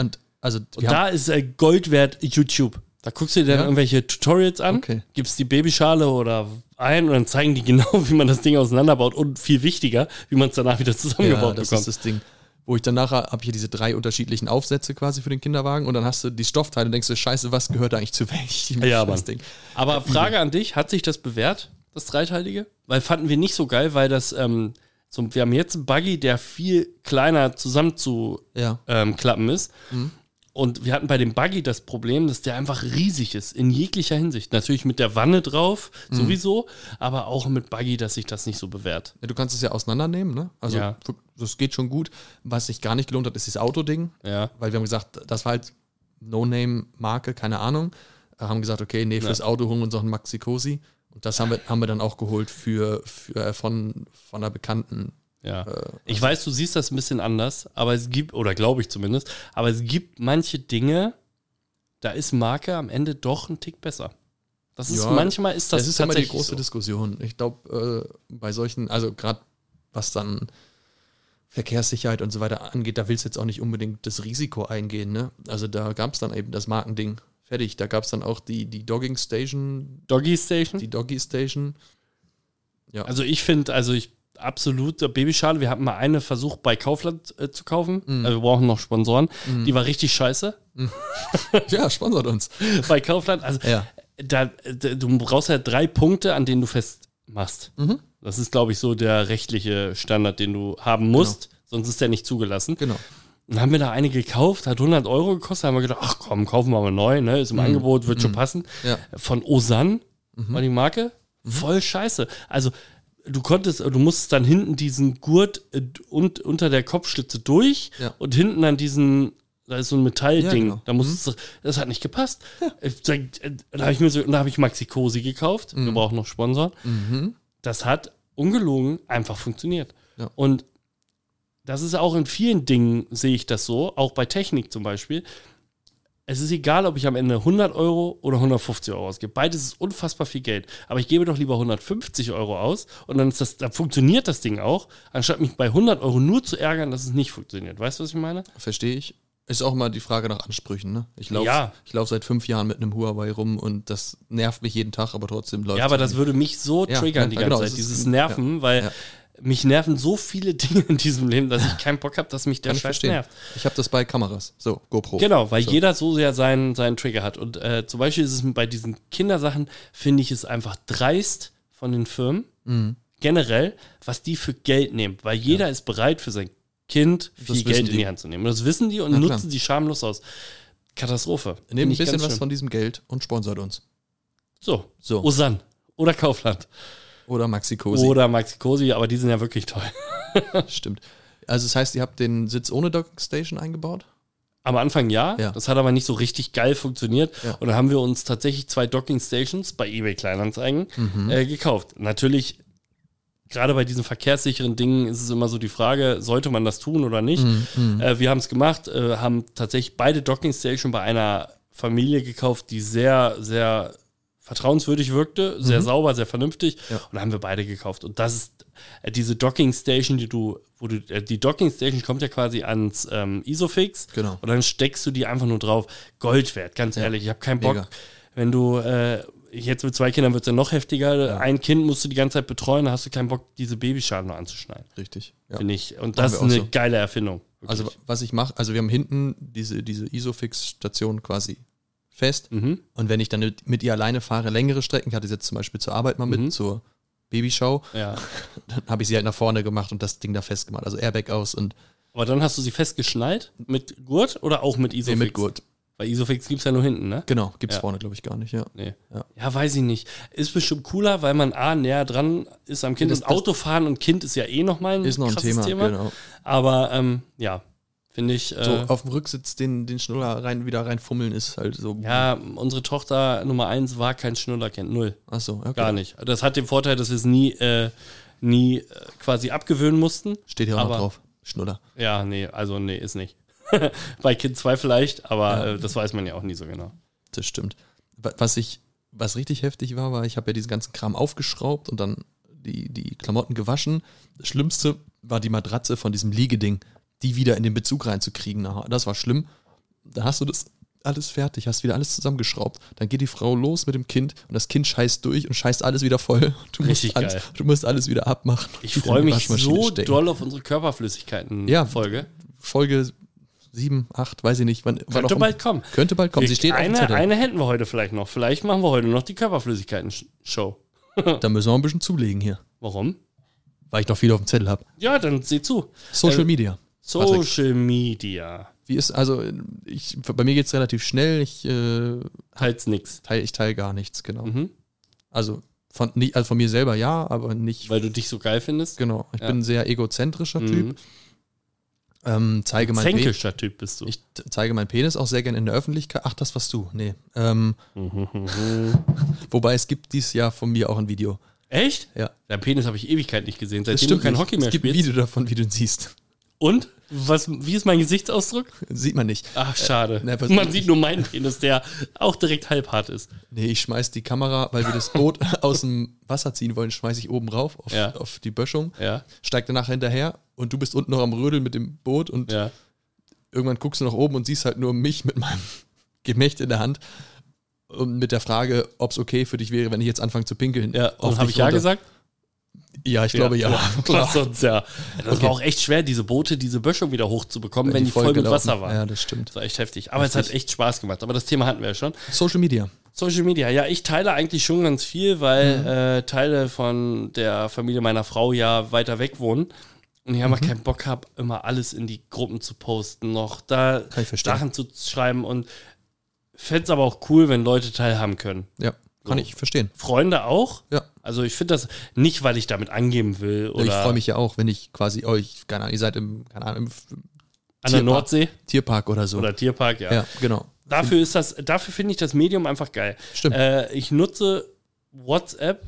S2: Und also
S1: Und
S2: wir haben,
S1: da ist äh, Gold wert YouTube. Da guckst du dir dann
S2: Ja.
S1: irgendwelche Tutorials an,
S2: Okay.
S1: gibst die Babyschale oder ein und dann zeigen die genau, wie man das Ding auseinanderbaut und viel wichtiger, wie man es danach wieder
S2: ja,
S1: zusammengebaut
S2: das ist
S1: bekommt.
S2: das Ding. Wo ich dann nachher habe hier diese drei unterschiedlichen Aufsätze quasi für den Kinderwagen und dann hast du die Stoffteile und denkst du, scheiße, was gehört eigentlich zu welchem
S1: Ja,
S2: scheiß
S1: Mann.
S2: Ding?
S1: Aber Frage an dich, hat sich das bewährt, das Dreiteilige? Weil fanden wir nicht so geil, weil das, ähm, so, wir haben jetzt einen Buggy, der viel kleiner zusammenzuklappen
S2: Ja.
S1: ähm, klappen ist.
S2: Mhm.
S1: Und wir hatten bei dem Buggy das Problem, dass der einfach riesig ist, in jeglicher Hinsicht. Natürlich mit der Wanne drauf,
S2: Mhm.
S1: sowieso, aber auch mit Buggy, dass sich das nicht so bewährt.
S2: Ja, Du kannst es ja auseinandernehmen, ne? Also
S1: Ja.
S2: das geht schon gut. Was sich gar nicht gelohnt hat, ist dieses Autoding.
S1: Ja.
S2: weil wir haben gesagt, das war halt No-Name-Marke, keine Ahnung. Äh, Haben gesagt, okay, nee, fürs Auto holen wir uns noch einen Maxi Cosi. Und das haben wir, haben wir dann auch geholt für, für äh, von, von einer Bekannten.
S1: Ja.
S2: Äh,
S1: ich weiß, du siehst das ein bisschen anders, aber es gibt, oder glaube ich zumindest, aber es gibt manche Dinge, da ist Marke am Ende doch ein Tick besser. Das ist
S2: Ja,
S1: manchmal ist das,
S2: Das, ist immer die
S1: tatsächlich
S2: große
S1: so.
S2: Diskussion. Ich glaube, äh, bei solchen, also gerade was dann Verkehrssicherheit und so weiter angeht, da willst du jetzt auch nicht unbedingt das Risiko eingehen. Ne? Also da gab es dann eben das Markending. Fertig. Da gab es dann auch die, die Dogging Station,
S1: Doggy Station?
S2: die Doggy Station.
S1: Also ich finde, also ich absolut äh, Babyschale. Wir hatten mal eine versucht bei Kaufland äh, zu kaufen.
S2: Mhm.
S1: Äh, wir brauchen noch Sponsoren. Die war richtig scheiße
S2: Ja, sponsert uns.
S1: bei Kaufland. Also
S2: Ja.
S1: da, da, du brauchst ja drei Punkte, an denen du festmachst.
S2: Mhm.
S1: Das ist, glaube ich, so der rechtliche Standard, den du haben musst. Sonst ist der nicht zugelassen.
S2: Genau.
S1: Dann haben wir da eine gekauft, hat 100 Euro gekostet. Da haben wir gedacht, ach komm, kaufen wir mal neu. Ne?
S2: Mhm.
S1: Ist im Angebot, wird schon passen.
S2: Ja.
S1: Von Osan
S2: Mhm.
S1: war die Marke. Voll scheiße. Also du konntest, du musstest dann hinten diesen Gurt äh, und, unter der Kopfschlitze durch
S2: Ja.
S1: und hinten an diesen, da ist so ein Metallding.
S2: Ja, genau.
S1: Da musstest du, das hat nicht gepasst. Äh, Da, äh, da habe ich mir so, da habe ich Maxi Cosi gekauft. Wir brauchen noch Sponsoren
S2: Mhm.
S1: das hat ungelogen einfach funktioniert.
S2: Ja.
S1: Und das ist auch in vielen Dingen, sehe ich das so, auch bei Technik zum Beispiel. Es ist egal, ob ich am Ende 100 Euro oder 150 Euro ausgebe. Beides ist unfassbar viel Geld. Aber ich gebe doch lieber 150 Euro aus und dann, ist das, dann funktioniert das Ding auch, anstatt mich bei 100 Euro nur zu ärgern, dass es nicht funktioniert. Weißt du, was ich meine?
S2: Verstehe ich. Ist auch mal die Frage nach Ansprüchen, ne? Ich laufe
S1: Ja.
S2: ich lauf seit fünf Jahren mit einem Huawei rum und das nervt mich jeden Tag, aber trotzdem läuft
S1: Ja, aber das würde mich so
S2: Ja,
S1: triggern
S2: ja,
S1: die
S2: genau,
S1: ganze
S2: das
S1: Zeit,
S2: ist-
S1: dieses Nerven, weil
S2: ja.
S1: mich nerven so viele Dinge in diesem Leben, dass ich keinen Bock habe, dass mich der
S2: Kann ich
S1: Scheiß
S2: verstehen.
S1: nervt.
S2: Ich habe das bei Kameras. So, GoPro.
S1: Genau, weil
S2: so.
S1: jeder so sehr seinen, seinen Trigger hat. Und äh, zum Beispiel ist es bei diesen Kindersachen, finde ich es einfach dreist von den Firmen,
S2: Mhm.
S1: generell, was die für Geld nehmen. Weil jeder ist bereit für sein Kind
S2: Das
S1: viel
S2: wissen
S1: Geld in
S2: die.
S1: die Hand zu nehmen. Und das wissen die und
S2: Na klar.
S1: nutzen die schamlos aus. Katastrophe.
S2: Nehmt
S1: Finde
S2: ein
S1: ich
S2: bisschen
S1: ganz
S2: was
S1: schlimm.
S2: von diesem Geld und sponsert uns.
S1: So,
S2: So.
S1: Osan. Oder Kaufland.
S2: Oder Maxi Cosi.
S1: Oder Maxi Cosi, aber die sind ja wirklich toll.
S2: Stimmt. Also das heißt, ihr habt den Sitz ohne Docking Station eingebaut?
S1: Am Anfang ja,
S2: Ja.
S1: das hat aber nicht so richtig geil funktioniert.
S2: Ja.
S1: Und dann haben wir uns tatsächlich zwei Docking Stations bei eBay Kleinanzeigen
S2: Mhm.
S1: äh, gekauft. Natürlich, gerade bei diesen verkehrssicheren Dingen ist es immer so die Frage, sollte man das tun oder nicht?
S2: Mhm.
S1: Äh, wir haben es gemacht, äh, haben tatsächlich beide Docking Station bei einer Familie gekauft, die sehr, sehr vertrauenswürdig wirkte, sehr sauber, sehr vernünftig.
S2: Mhm. Ja.
S1: Und da haben wir beide gekauft. Und das ist äh, diese Docking Station, die du, wo du, äh, die Docking Station kommt ja quasi ans ähm, Isofix.
S2: Genau.
S1: Und dann steckst du die einfach nur drauf. Gold wert, ganz ehrlich. Ich habe keinen Bock,
S2: Mega.
S1: wenn du äh, jetzt mit zwei Kindern wird es ja noch heftiger. Ein Kind musst du die ganze Zeit betreuen, da hast du keinen Bock, diese Babyschalen noch anzuschneiden.
S2: Richtig. Ja.
S1: Finde ich. Und das
S2: wir
S1: ist
S2: auch
S1: eine
S2: so.
S1: geile Erfindung. wirklich.
S2: Also was ich mache, also wir haben hinten diese, diese Isofix-Station quasi fest.
S1: mhm.
S2: Und wenn ich dann mit, mit ihr alleine fahre, längere Strecken, ich hatte sie jetzt zum Beispiel zur Arbeit mal mit,
S1: Mhm.
S2: zur Babyschau,
S1: ja.
S2: dann habe ich sie halt nach vorne gemacht und das Ding da festgemacht. Also Airbag aus und
S1: Aber dann hast du sie festgeschnallt mit Gurt oder auch mit
S2: nee,
S1: Isofix?
S2: mit Gurt.
S1: Bei Isofix gibt es ja nur hinten, ne?
S2: Genau, gibt es
S1: Ja.
S2: vorne, glaube ich, gar nicht, ja.
S1: Nee. Ja.
S2: Ja.
S1: weiß ich nicht. Ist bestimmt cooler, weil man A, näher dran ist am Kind.
S2: Das-
S1: und Autofahren und Kind ist ja eh nochmal ein,
S2: Ist noch ein
S1: krasses
S2: Thema,
S1: Thema.
S2: genau.
S1: Aber ähm, ja, finde ich. Äh,
S2: So, auf dem Rücksitz den, den Schnuller rein, wieder reinfummeln ist halt so.
S1: ja, unsere Tochter Nummer eins war kein Schnullerkind. Null.
S2: Achso, okay.
S1: Gar nicht. Also Das hat den Vorteil, dass wir es nie, äh, nie äh, quasi abgewöhnen mussten.
S2: Steht hier auch
S1: Aber-
S2: noch drauf. Schnuller.
S1: Ja, nee, also nee, ist nicht. Bei Kind 2 vielleicht, aber äh, das weiß man ja auch nie so genau.
S2: Das stimmt. Wa- Was ich, was richtig heftig war, war, ich habe ja diesen ganzen Kram aufgeschraubt und dann die, die Klamotten gewaschen. Das Schlimmste war die Matratze von diesem Liegeding, die wieder in den Bezug reinzukriegen. Na, Das war schlimm. Da hast du das alles fertig, hast wieder alles zusammengeschraubt. Dann geht die Frau los mit dem Kind und das Kind scheißt durch und scheißt alles wieder voll. Du musst
S1: Richtig
S2: alles,
S1: geil.
S2: Du musst alles wieder abmachen. und
S1: Ich
S2: wieder in
S1: freue
S2: die
S1: mich
S2: Waschmaschine
S1: so
S2: stecken.
S1: doll auf unsere Körperflüssigkeiten-Folge.
S2: Folge 7, 8, weiß ich nicht. Wann, wann
S1: Könnte
S2: auch-
S1: bald kommen.
S2: Könnte bald kommen. Sie steht auf dem
S1: eine,
S2: Zettel.
S1: eine hätten wir heute vielleicht noch. Vielleicht machen wir heute noch die Körperflüssigkeiten-Show.
S2: Da müssen wir ein bisschen zulegen hier,
S1: Warum?
S2: weil ich noch viel auf dem Zettel habe.
S1: Ja, dann seh zu.
S2: Social
S1: Äh,
S2: Media.
S1: Social
S2: Patrick.
S1: Media.
S2: Wie ist, also, ich, bei mir geht es relativ schnell. Ich äh,
S1: Halt's nix.
S2: teile ich teil gar nichts, genau.
S1: Mhm.
S2: Also, von, nicht, also von mir selber ja, aber nicht.
S1: Weil du dich so geil findest.
S2: Genau. Ich
S1: Ja.
S2: bin ein sehr egozentrischer
S1: Mhm.
S2: Typ. Ähm, zeige mein Pe-
S1: Zänkischer Typ bist du.
S2: ich t- zeige meinen Penis auch sehr gerne in der Öffentlichkeit. Ach, das warst du. Nee. Ähm,
S1: Mhm.
S2: wobei es gibt dieses Jahr von mir auch ein Video.
S1: Echt?
S2: Ja.
S1: Dein Penis habe ich Ewigkeit nicht gesehen,
S2: Das
S1: seitdem du kein
S2: nicht.
S1: Hockey mehr
S2: Es gibt ein
S1: spielst.
S2: Video davon, wie du ihn siehst.
S1: Und? Was, wie ist mein Gesichtsausdruck? Äh,
S2: Sieht man nicht.
S1: Ach, schade.
S2: na, was-
S1: Man sieht nur meinen Penis, der auch direkt halbhart ist.
S2: Nee, ich schmeiß die Kamera, weil wir das Boot aus dem Wasser ziehen wollen, schmeiß ich oben rauf auf,
S1: Ja.
S2: auf die Böschung,
S1: Ja,
S2: steig danach hinterher und du bist unten noch am Rödeln mit dem Boot und
S1: ja.
S2: irgendwann guckst du nach oben und siehst halt nur mich mit meinem Gemächt in der Hand und mit der Frage, ob es okay für dich wäre, wenn ich jetzt anfange zu pinkeln.
S1: ja.
S2: auf
S1: Und habe
S2: dich
S1: ich ja
S2: runter.
S1: gesagt?
S2: Ja, ich glaube ja.
S1: Was
S2: Klar.
S1: sonst, ja. Das
S2: Okay.
S1: war auch echt schwer, diese Boote, diese Böschung wieder hochzubekommen, wenn die voll mit
S2: vollgelaufen-
S1: Wasser waren.
S2: Ja, das stimmt.
S1: Das war echt heftig. Aber es hat echt Spaß gemacht. Aber das Thema hatten wir ja schon.
S2: Social Media.
S1: Social Media, ja, ich teile eigentlich schon ganz viel,
S2: Mhm.
S1: weil äh, Teile von der Familie meiner Frau ja weiter weg wohnen. Und ich
S2: Mhm.
S1: einfach keinen Bock habe, immer alles in die Gruppen zu posten, noch da
S2: Kann ich verstehen.
S1: Sachen zu schreiben. Und fände es aber auch cool, wenn Leute teilhaben können.
S2: Ja, kann
S1: So.
S2: ich verstehen.
S1: Freunde auch.
S2: Ja.
S1: Also ich finde das nicht, weil ich damit angeben will oder
S2: ich freue mich ja auch, wenn ich quasi euch, keine Ahnung, ihr seid im, keine Ahnung, im F-
S1: an der
S2: Tierpark-
S1: Nordsee
S2: Tierpark oder so.
S1: oder Tierpark, ja.
S2: ja. genau.
S1: Dafür ist das, dafür finde ich das Medium einfach geil.
S2: Stimmt.
S1: Äh, ich nutze WhatsApp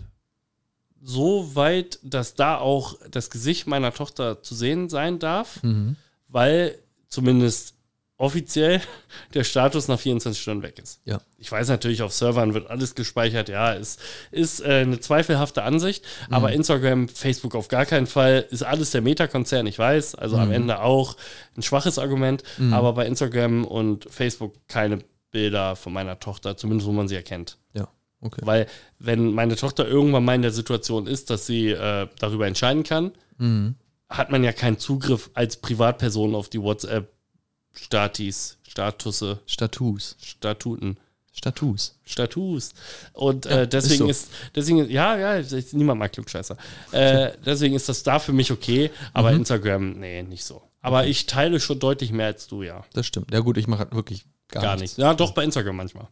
S1: so weit, dass da auch das Gesicht meiner Tochter zu sehen sein darf,
S2: Mhm.
S1: weil zumindest offiziell der Status nach 24 Stunden weg ist.
S2: Ja.
S1: Ich weiß natürlich, auf Servern wird alles gespeichert. Ja, ist, ist äh, eine zweifelhafte Ansicht, aber Instagram, Facebook auf gar keinen Fall ist alles der Meta-Konzern. Ich weiß, also am Ende auch ein schwaches Argument, aber bei Instagram und Facebook keine Bilder von meiner Tochter, zumindest wo man sie erkennt.
S2: Ja, okay.
S1: Weil, wenn meine Tochter irgendwann mal in der Situation ist, dass sie äh, darüber entscheiden kann,
S2: Mhm.
S1: hat man ja keinen Zugriff als Privatperson auf die WhatsApp-Statis, Statusse,
S2: Status.
S1: Statuten,
S2: Status.
S1: Status. Und
S2: Ja,
S1: äh, deswegen
S2: ist
S1: ist, deswegen, ja, ja, ist- niemand mag Klugscheißer. Äh, deswegen ist das da für mich okay, aber
S2: Mhm.
S1: Instagram, nee, nicht so. Aber ich teile schon deutlich mehr als du, ja.
S2: Das stimmt. Ja gut, ich mache halt wirklich gar,
S1: Gar
S2: nichts.
S1: nicht. Ja, doch bei Instagram manchmal.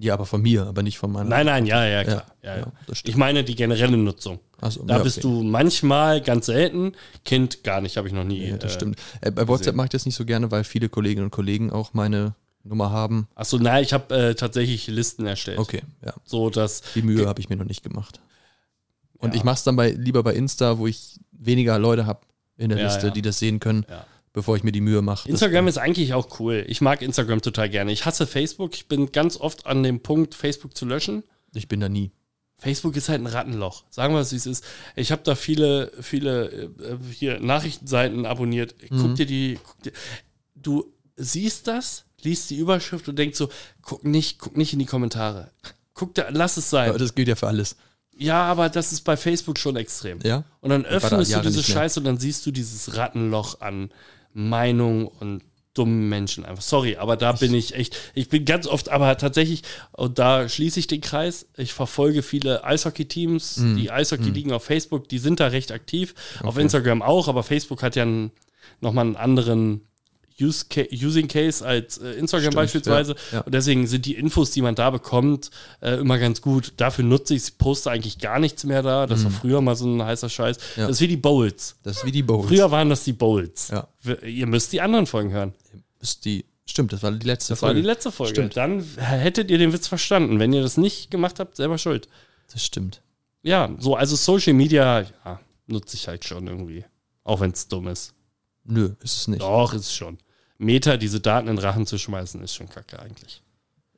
S2: Ja, aber von mir, aber nicht von meiner.
S1: Nein, nein, ja, ja,
S2: ja,
S1: klar. Ja, ja.
S2: das stimmt.
S1: Ich meine die generelle Nutzung.
S2: Also,
S1: Da
S2: ja,
S1: bist
S2: okay.
S1: du manchmal ganz selten, Kind gar nicht, habe ich noch nie.
S2: Ja, das
S1: äh,
S2: stimmt. Äh, bei WhatsApp mache ich das nicht so gerne, weil viele Kolleginnen und Kollegen auch meine Nummer haben.
S1: Achso, nein, ich habe äh, tatsächlich Listen erstellt.
S2: Okay, ja.
S1: So, dass.
S2: Die Mühe habe ich mir noch nicht gemacht. Und
S1: Ja.
S2: ich mache es dann bei, lieber bei Insta, wo ich weniger Leute habe in der
S1: Ja,
S2: Liste,
S1: ja.
S2: die das sehen können,
S1: Ja.
S2: bevor ich mir die Mühe mache.
S1: Instagram ist eigentlich auch cool. Ich mag Instagram total gerne. Ich hasse Facebook. Ich bin ganz oft an dem Punkt, Facebook zu löschen.
S2: Ich bin da nie.
S1: Facebook ist halt ein Rattenloch. Sagen wir es, wie es ist. Ich habe da viele, viele äh, hier Nachrichtenseiten abonniert.
S2: Mhm.
S1: Guck dir die. Guck dir, du siehst das, liest die Überschrift und denkst so: guck nicht, guck nicht in die Kommentare. Guck da, lass es sein.
S2: Aber das gilt ja für alles.
S1: Ja, aber das ist bei Facebook schon extrem.
S2: Ja?
S1: Und dann
S2: war da
S1: öffnest du
S2: Jahre
S1: diese
S2: nicht mehr.
S1: Scheiße und dann siehst du dieses Rattenloch an Meinung und dummen Menschen einfach. Sorry, aber da bin ich echt, ich bin ganz oft, aber tatsächlich, und da schließe ich den Kreis, ich verfolge viele Eishockey-Teams,
S2: Mhm.
S1: die Eishockey-Ligen auf Facebook, die sind da recht aktiv, auf Instagram auch, aber Facebook hat ja einen, nochmal einen anderen Use Ca- Using Case als äh, Instagram
S2: Stimmt,
S1: beispielsweise.
S2: ja, ja.
S1: Und deswegen sind die Infos, die man da bekommt, äh, immer ganz gut. Dafür nutze ich es, poste eigentlich gar nichts mehr da. Das war früher mal so ein heißer Scheiß.
S2: Mhm. Ja.
S1: Das ist wie die Bowls.
S2: Das ist wie die Bowls.
S1: Früher waren das die Bowls.
S2: Ja.
S1: Wir- Ihr müsst die anderen Folgen hören.
S2: ist die, stimmt, das war die letzte
S1: Das war die letzte Folge.
S2: Stimmt.
S1: Dann hättet ihr den Witz verstanden. Wenn ihr das nicht gemacht habt, selber schuld.
S2: Das stimmt.
S1: Ja, so, also Social Media ja, nutze ich halt schon irgendwie. Auch wenn es dumm ist.
S2: Nö, ist es nicht.
S1: Doch, ist schon. Meta, diese Daten in den Rachen zu schmeißen, ist schon kacke eigentlich.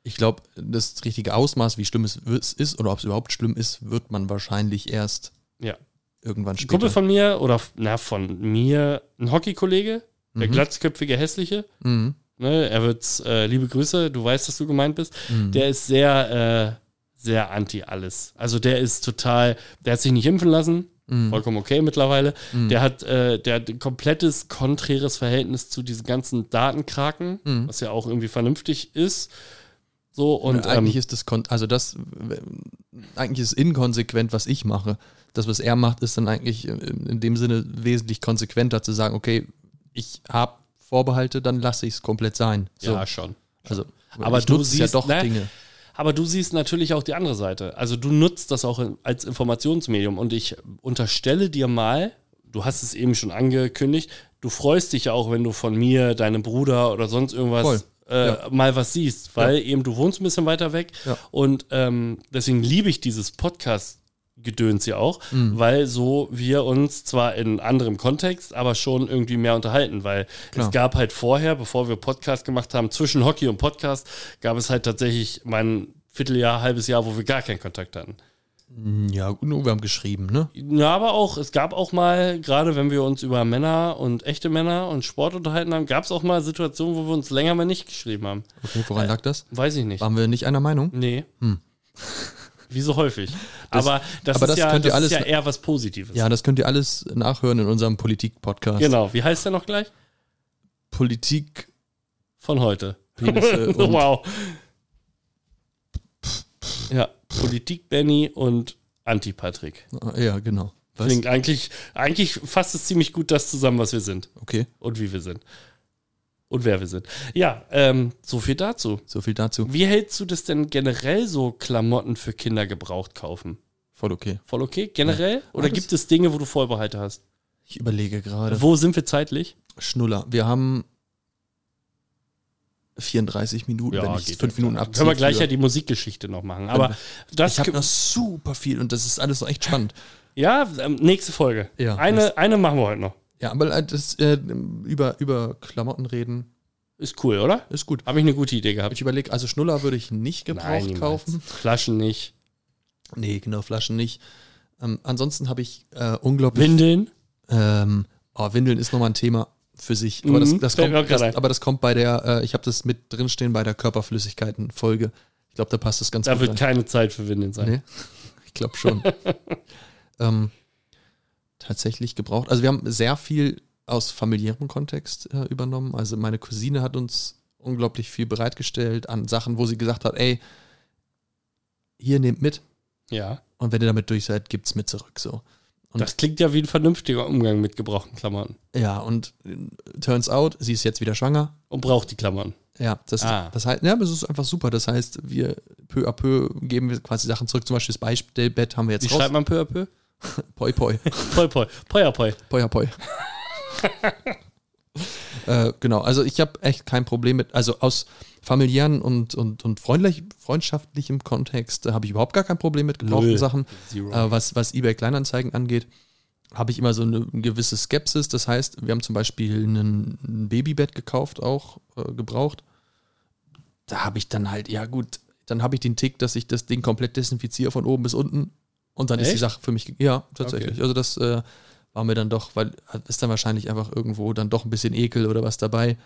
S2: Ich glaube, das richtige Ausmaß, wie schlimm es w- es ist oder ob es überhaupt schlimm ist, wird man wahrscheinlich erst
S1: Ja.
S2: irgendwann
S1: Ein
S2: später.
S1: Kumpel von mir oder na, von mir, ein Hockeykollege, der glatzköpfige Hässliche,
S2: mhm.
S1: ne, er wird, äh, liebe Grüße, du weißt, dass du gemeint bist,
S2: Mhm.
S1: der ist sehr, äh, sehr anti alles. Also der ist total, der hat sich nicht impfen lassen,
S2: Mhm.
S1: vollkommen okay mittlerweile.
S2: Mhm.
S1: Der hat, äh, der hat ein komplettes konträres Verhältnis zu diesen ganzen Datenkraken,
S2: Mhm.
S1: was ja auch irgendwie vernünftig ist. So und
S2: Und eigentlich
S1: ähm,
S2: ist das kon also das w- eigentlich ist inkonsequent, was ich mache. Das, was er macht, ist dann eigentlich in in dem Sinne wesentlich konsequenter zu sagen, okay, ich habe Vorbehalte, dann lasse ich es komplett sein. So.
S1: ja schon.
S2: also,
S1: Aber
S2: ich
S1: du
S2: nutze es
S1: siehst,
S2: ja doch
S1: ne?
S2: Dinge.
S1: Aber du siehst natürlich auch die andere Seite. Also du nutzt das auch in- als Informationsmedium. Und ich unterstelle dir mal, du hast es eben schon angekündigt, du freust dich ja auch, wenn du von mir, deinem Bruder oder sonst
S2: Voll.
S1: irgendwas äh,
S2: Ja.
S1: mal was siehst. Weil eben du wohnst ein bisschen weiter weg.
S2: Ja.
S1: Und ähm, deswegen liebe ich dieses Podcast. Gedöns ja auch,
S2: Mhm.
S1: weil so wir uns zwar in anderem Kontext, aber schon irgendwie mehr unterhalten, weil
S2: Klar.
S1: es gab halt vorher, bevor wir Podcast gemacht haben, zwischen Hockey und Podcast, gab es halt tatsächlich mal ein Vierteljahr, halbes Jahr, wo wir gar keinen Kontakt hatten.
S2: Ja, gut, nur wir haben geschrieben, ne?
S1: Ja, aber auch, es gab auch mal, gerade wenn wir uns über Männer und echte Männer und Sport unterhalten haben, gab es auch mal Situationen, wo wir uns länger mal nicht geschrieben haben.
S2: Okay, woran lag das?
S1: Weiß ich nicht.
S2: Waren wir nicht einer Meinung?
S1: Nee.
S2: Hm.
S1: Wie so häufig.
S2: Das-
S1: aber das,
S2: aber
S1: ist,
S2: das
S1: ja,
S2: könnt ihr
S1: das ist
S2: alles- ne-
S1: ja eher was Positives.
S2: Ja, das könnt ihr alles nachhören in unserem Politik-Podcast.
S1: Genau. Wie heißt der noch gleich?
S2: Politik,
S1: Von heute.
S2: Penisse äh, und
S1: wow. Ja, Politik Benny und Anti-Patrick.
S2: Ja, genau. Was?
S1: Klingt eigentlich, eigentlich fasst es ziemlich gut das zusammen, was wir sind
S2: Okay,
S1: und wie wir sind. Und wer wir sind. Ja, ähm, so viel dazu.
S2: so viel dazu.
S1: Wie hältst du das denn generell so Klamotten für Kinder gebraucht kaufen?
S2: Voll okay.
S1: Voll okay? Generell? Oder
S2: Ja, das-
S1: gibt es Dinge, wo du Vorbehalte hast?
S2: Ich überlege gerade.
S1: Wo sind wir zeitlich?
S2: Schnuller. Wir haben 34 Minuten, wenn ich
S1: geht
S2: 5
S1: ja.
S2: Minuten abziehe.
S1: Können wir gleich
S2: für- Ähm,
S1: ja die Musikgeschichte noch machen. Aber das
S2: ich habe noch super viel und das ist alles noch echt spannend.
S1: ja, ähm, nächste Folge.
S2: Ja,
S1: eine,
S2: nächste.
S1: eine machen wir heute noch.
S2: Ja, aber äh, das, äh, über, über Klamotten reden
S1: Ist cool, oder?
S2: ist gut.
S1: Habe ich eine gute Idee gehabt.
S2: Ich überlege, also Schnuller würde ich nicht gebraucht
S1: niemals.
S2: kaufen.
S1: Flaschen nicht.
S2: Nee, genau, Flaschen nicht. Ähm, ansonsten habe ich äh, unglaublich.
S1: Windeln.
S2: Ähm, oh, Windeln ist nochmal ein Thema für sich. Aber,
S1: Mhm,
S2: das, das,
S1: fällt mir auch
S2: kommt,
S1: gerade
S2: das,
S1: ein.
S2: aber das kommt bei der, äh, ich habe das mit drinstehen bei der Körperflüssigkeiten-Folge. Ich glaube, da passt das ganz
S1: Da
S2: gut.
S1: wird keine Zeit für Windeln sein.
S2: Nee. Ich glaube schon. ähm, tatsächlich gebraucht. Also wir haben sehr viel aus familiärem Kontext äh, übernommen. Also meine Cousine hat uns unglaublich viel bereitgestellt an Sachen, wo sie gesagt hat, ey, hier nehmt mit
S1: Ja.
S2: und wenn ihr damit durch seid, gibt's mit zurück. So. Und-
S1: Das klingt ja wie ein vernünftiger Umgang mit gebrauchten Klamotten.
S2: Ja, und äh, turns out, sie ist jetzt wieder schwanger.
S1: Und braucht die Klamotten.
S2: Ja, das,
S1: Ah.
S2: das heißt, ja, aber es ist einfach super. Das heißt, wir peu à peu geben wir quasi Sachen zurück. Zum Beispiel das Beistellbett haben wir
S1: Wie
S2: jetzt
S1: schreibt
S2: raus.
S1: man peu à peu?
S2: Poi poi.
S1: Poi, poi. Poi, poi.
S2: Poi poi. äh, genau, also ich habe echt kein Problem mit, also aus familiären und, und, und freundlich, freundschaftlichem Kontext äh, habe ich überhaupt gar kein Problem mit gebrauchten
S1: Null.
S2: Sachen.
S1: Zero.
S2: Äh, was, was eBay Kleinanzeigen angeht, habe ich immer so eine gewisse Skepsis. Das heißt, wir haben zum Beispiel einen- ein Babybett gekauft, auch äh, gebraucht. Da habe ich dann halt, ja gut, dann habe ich den Tick, dass ich das Ding komplett desinfiziere von oben bis unten. Und dann ist die
S1: Echt?
S2: Sache für mich, ge- ja, tatsächlich.
S1: Okay.
S2: Also das äh, war mir dann doch, weil äh, ist dann wahrscheinlich einfach irgendwo dann doch ein bisschen Ekel oder was dabei.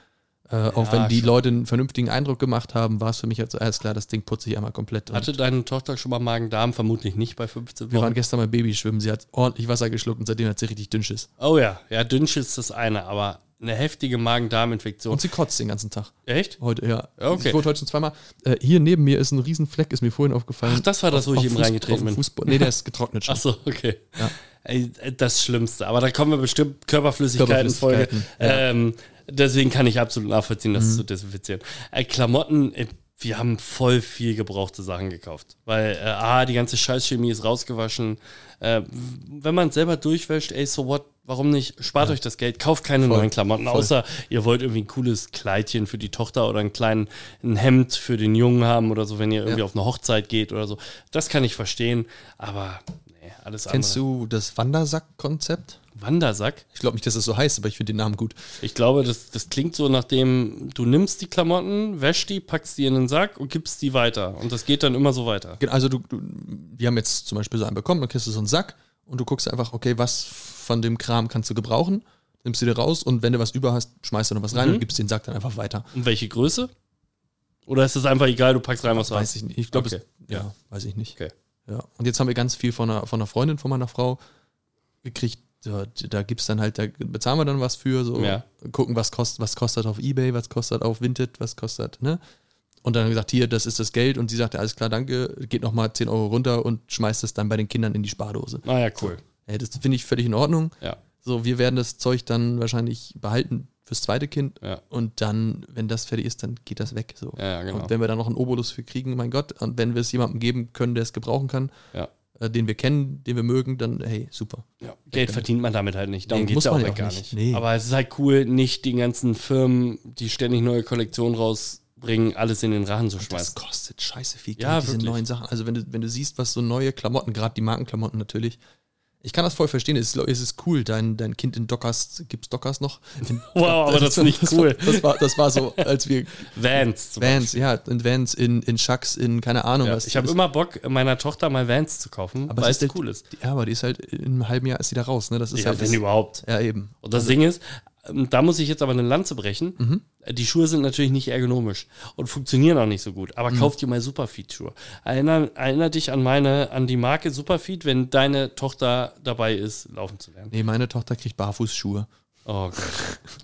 S2: Äh, auch wenn die
S1: schon.
S2: Leute einen vernünftigen Eindruck gemacht haben, war es für mich jetzt alles klar, das Ding putze ich einmal komplett. und-
S1: Hatte deine Tochter schon mal Magen-Darm? Vermutlich nicht bei 15
S2: wir waren
S1: Wochen.
S2: gestern beim Babyschwimmen. Sie hat ordentlich Wasser geschluckt und seitdem hat sie richtig Dünnschiss.
S1: Oh ja. Ja, Dünsch ist das eine, aber eine heftige Magen-Darm-Infektion.
S2: Und sie kotzt den ganzen Tag.
S1: Echt?
S2: Heute, ja.
S1: Ja, okay.
S2: Ich wurde heute schon zweimal. Äh, hier neben mir ist ein Riesenfleck, ist mir vorhin aufgefallen.
S1: Ach, das war das, wo ich eben
S2: Fuß-
S1: reingetreten
S2: auf dem
S1: bin.
S2: Fußball. Nee, der ist getrocknet schon.
S1: Ach so, okay.
S2: Ja.
S1: Ey, Das Schlimmste. Aber da kommen wir bestimmt Körperflüssigkeiten-Folge.
S2: Körperflüssigkeiten, Mhm.
S1: Ähm, deswegen kann ich absolut nachvollziehen, das zu desinfizieren. Äh, Klamotten, äh, wir haben voll viel gebrauchte Sachen gekauft. Weil, äh, ah, die ganze Scheißchemie ist rausgewaschen. Äh, wenn man es selber durchwäscht, ey, so what? Warum nicht? Spart euch das Geld, kauft keine neuen Klamotten, außer ihr wollt irgendwie ein cooles Kleidchen für die Tochter oder einen kleinen ein Hemd für den Jungen haben oder so, wenn ihr irgendwie
S2: Ja.
S1: auf eine Hochzeit geht oder so. Das kann ich verstehen, aber nee, alles
S2: Kennst
S1: andere.
S2: du das Wandersack-Konzept?
S1: Wandersack?
S2: Ich glaube nicht, dass es so heißt, aber ich finde den Namen gut.
S1: Ich glaube, das, das klingt so, nachdem du nimmst die Klamotten, wäschst die, packst die in den Sack und gibst die weiter. Und das geht dann immer so weiter.
S2: Genau, Also, du, du, wir haben jetzt zum Beispiel so einen bekommen, dann kriegst du so einen Sack und du guckst einfach, okay, was von dem Kram kannst du gebrauchen, nimmst du dir raus und wenn du was über hast, schmeißt du noch was rein
S1: Mhm.
S2: und gibst den Sack dann einfach weiter.
S1: Und welche Größe? Oder ist es einfach egal, du packst rein, was du
S2: Weiß
S1: hast?
S2: ich nicht. Ich glaube,
S1: Okay.
S2: ja,
S1: Ja.
S2: weiß ich nicht.
S1: Okay.
S2: Ja. Und jetzt haben wir ganz viel von einer, von einer Freundin von meiner Frau gekriegt. Da, da gibt's dann halt, da bezahlen wir dann was für, so
S1: Ja.
S2: gucken, was kostet, was kostet auf Ebay, was kostet auf Vinted, was kostet, ne? Und dann gesagt, hier, das ist das Geld. Und sie sagte, alles klar, danke, geht nochmal 10 Euro runter und schmeißt es dann bei den Kindern in die Spardose.
S1: Ah ja, cool.
S2: Ey, das finde ich völlig in Ordnung.
S1: Ja.
S2: So, wir werden das Zeug dann wahrscheinlich behalten fürs zweite Kind.
S1: Ja.
S2: Und dann, wenn das fertig ist, dann geht das weg. So.
S1: Ja, ja, genau.
S2: Und wenn wir da noch einen Obolus für kriegen, mein Gott, und wenn wir es jemandem geben können, der es gebrauchen kann,
S1: Ja.
S2: äh, den wir kennen, den wir mögen, dann hey, super.
S1: Ja, Geld verdient man damit halt nicht. Darum
S2: Nee,
S1: geht's
S2: muss
S1: ja auch,
S2: man ja
S1: halt
S2: auch
S1: gar
S2: nicht.
S1: nicht.
S2: Nee.
S1: Aber es ist halt cool, nicht den ganzen Firmen, die ständig neue Kollektionen rausbringen, bringen, alles in den Rachen zu
S2: Das
S1: schmeißen.
S2: kostet scheiße viel Geld,
S1: Ja,
S2: diese
S1: wirklich.
S2: neuen Sachen. Also wenn du, wenn du siehst, was so neue Klamotten, gerade die Markenklamotten natürlich. Ich kann das voll verstehen. Es ist, glaub ich, es ist cool. Dein, dein Kind in Dockers, gibt's Dockers noch?
S1: Wow, aber das ist nicht cool.
S2: Das war, das war so, als wir
S1: Vans zum
S2: Vans, ja, in Vans, in, in Shucks, in keine Ahnung
S1: Ja,
S2: was.
S1: ich habe
S2: ist.
S1: immer Bock, meiner Tochter mal Vans zu kaufen,
S2: Aber
S1: weil
S2: es ist
S1: es
S2: halt,
S1: cool ist.
S2: Ja, aber die ist halt in einem halben Jahr ist die da raus, ne? Das Also ist
S1: Ja,
S2: halt
S1: wenn
S2: das,
S1: überhaupt.
S2: Ja, eben.
S1: Und das Ding ist, ähm, da muss ich jetzt aber eine Lanze brechen.
S2: Mhm.
S1: Die Schuhe sind natürlich nicht ergonomisch und funktionieren auch nicht so gut.
S2: Mhm.
S1: Aber kauf dir mal Superfeed-Schuhe. Erinner, erinner dich an meine, an die Marke Superfeed, wenn deine Tochter dabei ist, laufen zu lernen.
S2: Nee, meine Tochter kriegt Barfußschuhe
S1: Oh Gott.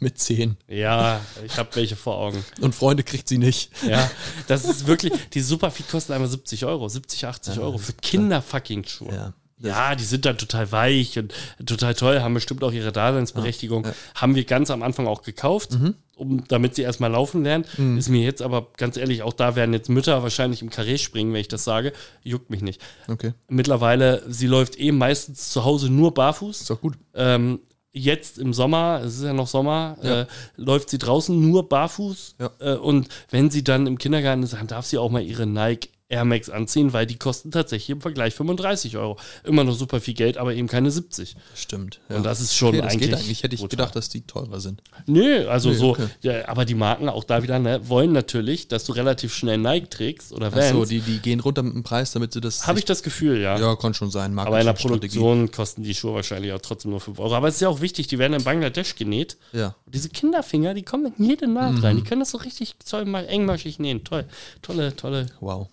S2: mit 10
S1: Ja, ich habe welche vor Augen.
S2: und Freunde kriegt sie nicht.
S1: Ja, das ist wirklich, die Superfeed kosten einmal 70 Euro, 70, 80 Euro für Kinder-Fucking-Schuhe.
S2: Ja.
S1: Ja, die sind dann total weich und total toll, haben bestimmt auch ihre Daseinsberechtigung. Haben wir ganz am Anfang auch gekauft, um, damit sie erstmal laufen lernen. Ist mir jetzt aber ganz ehrlich, auch da werden jetzt Mütter wahrscheinlich im Karree springen, wenn ich das sage. Juckt mich nicht.
S2: Okay,
S1: Mittlerweile, sie läuft eh meistens zu Hause nur barfuß.
S2: ist doch gut.
S1: Ähm, jetzt im Sommer, es ist ja noch Sommer,
S2: Ja.
S1: Äh, läuft sie draußen nur barfuß.
S2: Ja.
S1: Äh, und wenn sie dann im Kindergarten ist, dann darf sie auch mal ihre Nike Air Max anziehen, weil die kosten tatsächlich im Vergleich 35 Euro. Immer noch super viel Geld, aber eben keine 70.
S2: Stimmt.
S1: Und das ist schon
S2: okay, das
S1: eigentlich
S2: geht eigentlich. Hätte ich
S1: brutal.
S2: gedacht, dass die teurer sind.
S1: Nö, also
S2: Nee,
S1: so,
S2: okay.
S1: ja, aber die Marken auch da wieder ne, wollen natürlich, dass du relativ schnell Nike trägst oder Vans.
S2: Achso, die, die gehen runter mit dem Preis, damit sie das.
S1: Habe ich das Gefühl, ja.
S2: Ja, kann schon sein.
S1: aber in der
S2: Marketingstrategie.
S1: Produktion kosten die Schuhe wahrscheinlich auch trotzdem nur 5 Euro. Aber es ist ja auch wichtig, die werden in Bangladesch genäht.
S2: Ja.
S1: Und diese Kinderfinger, die kommen in jede Naht rein.
S2: Mhm.
S1: Die können das so richtig toll ma- engmaschig nähen. Toll, tolle, tolle.
S2: Wow.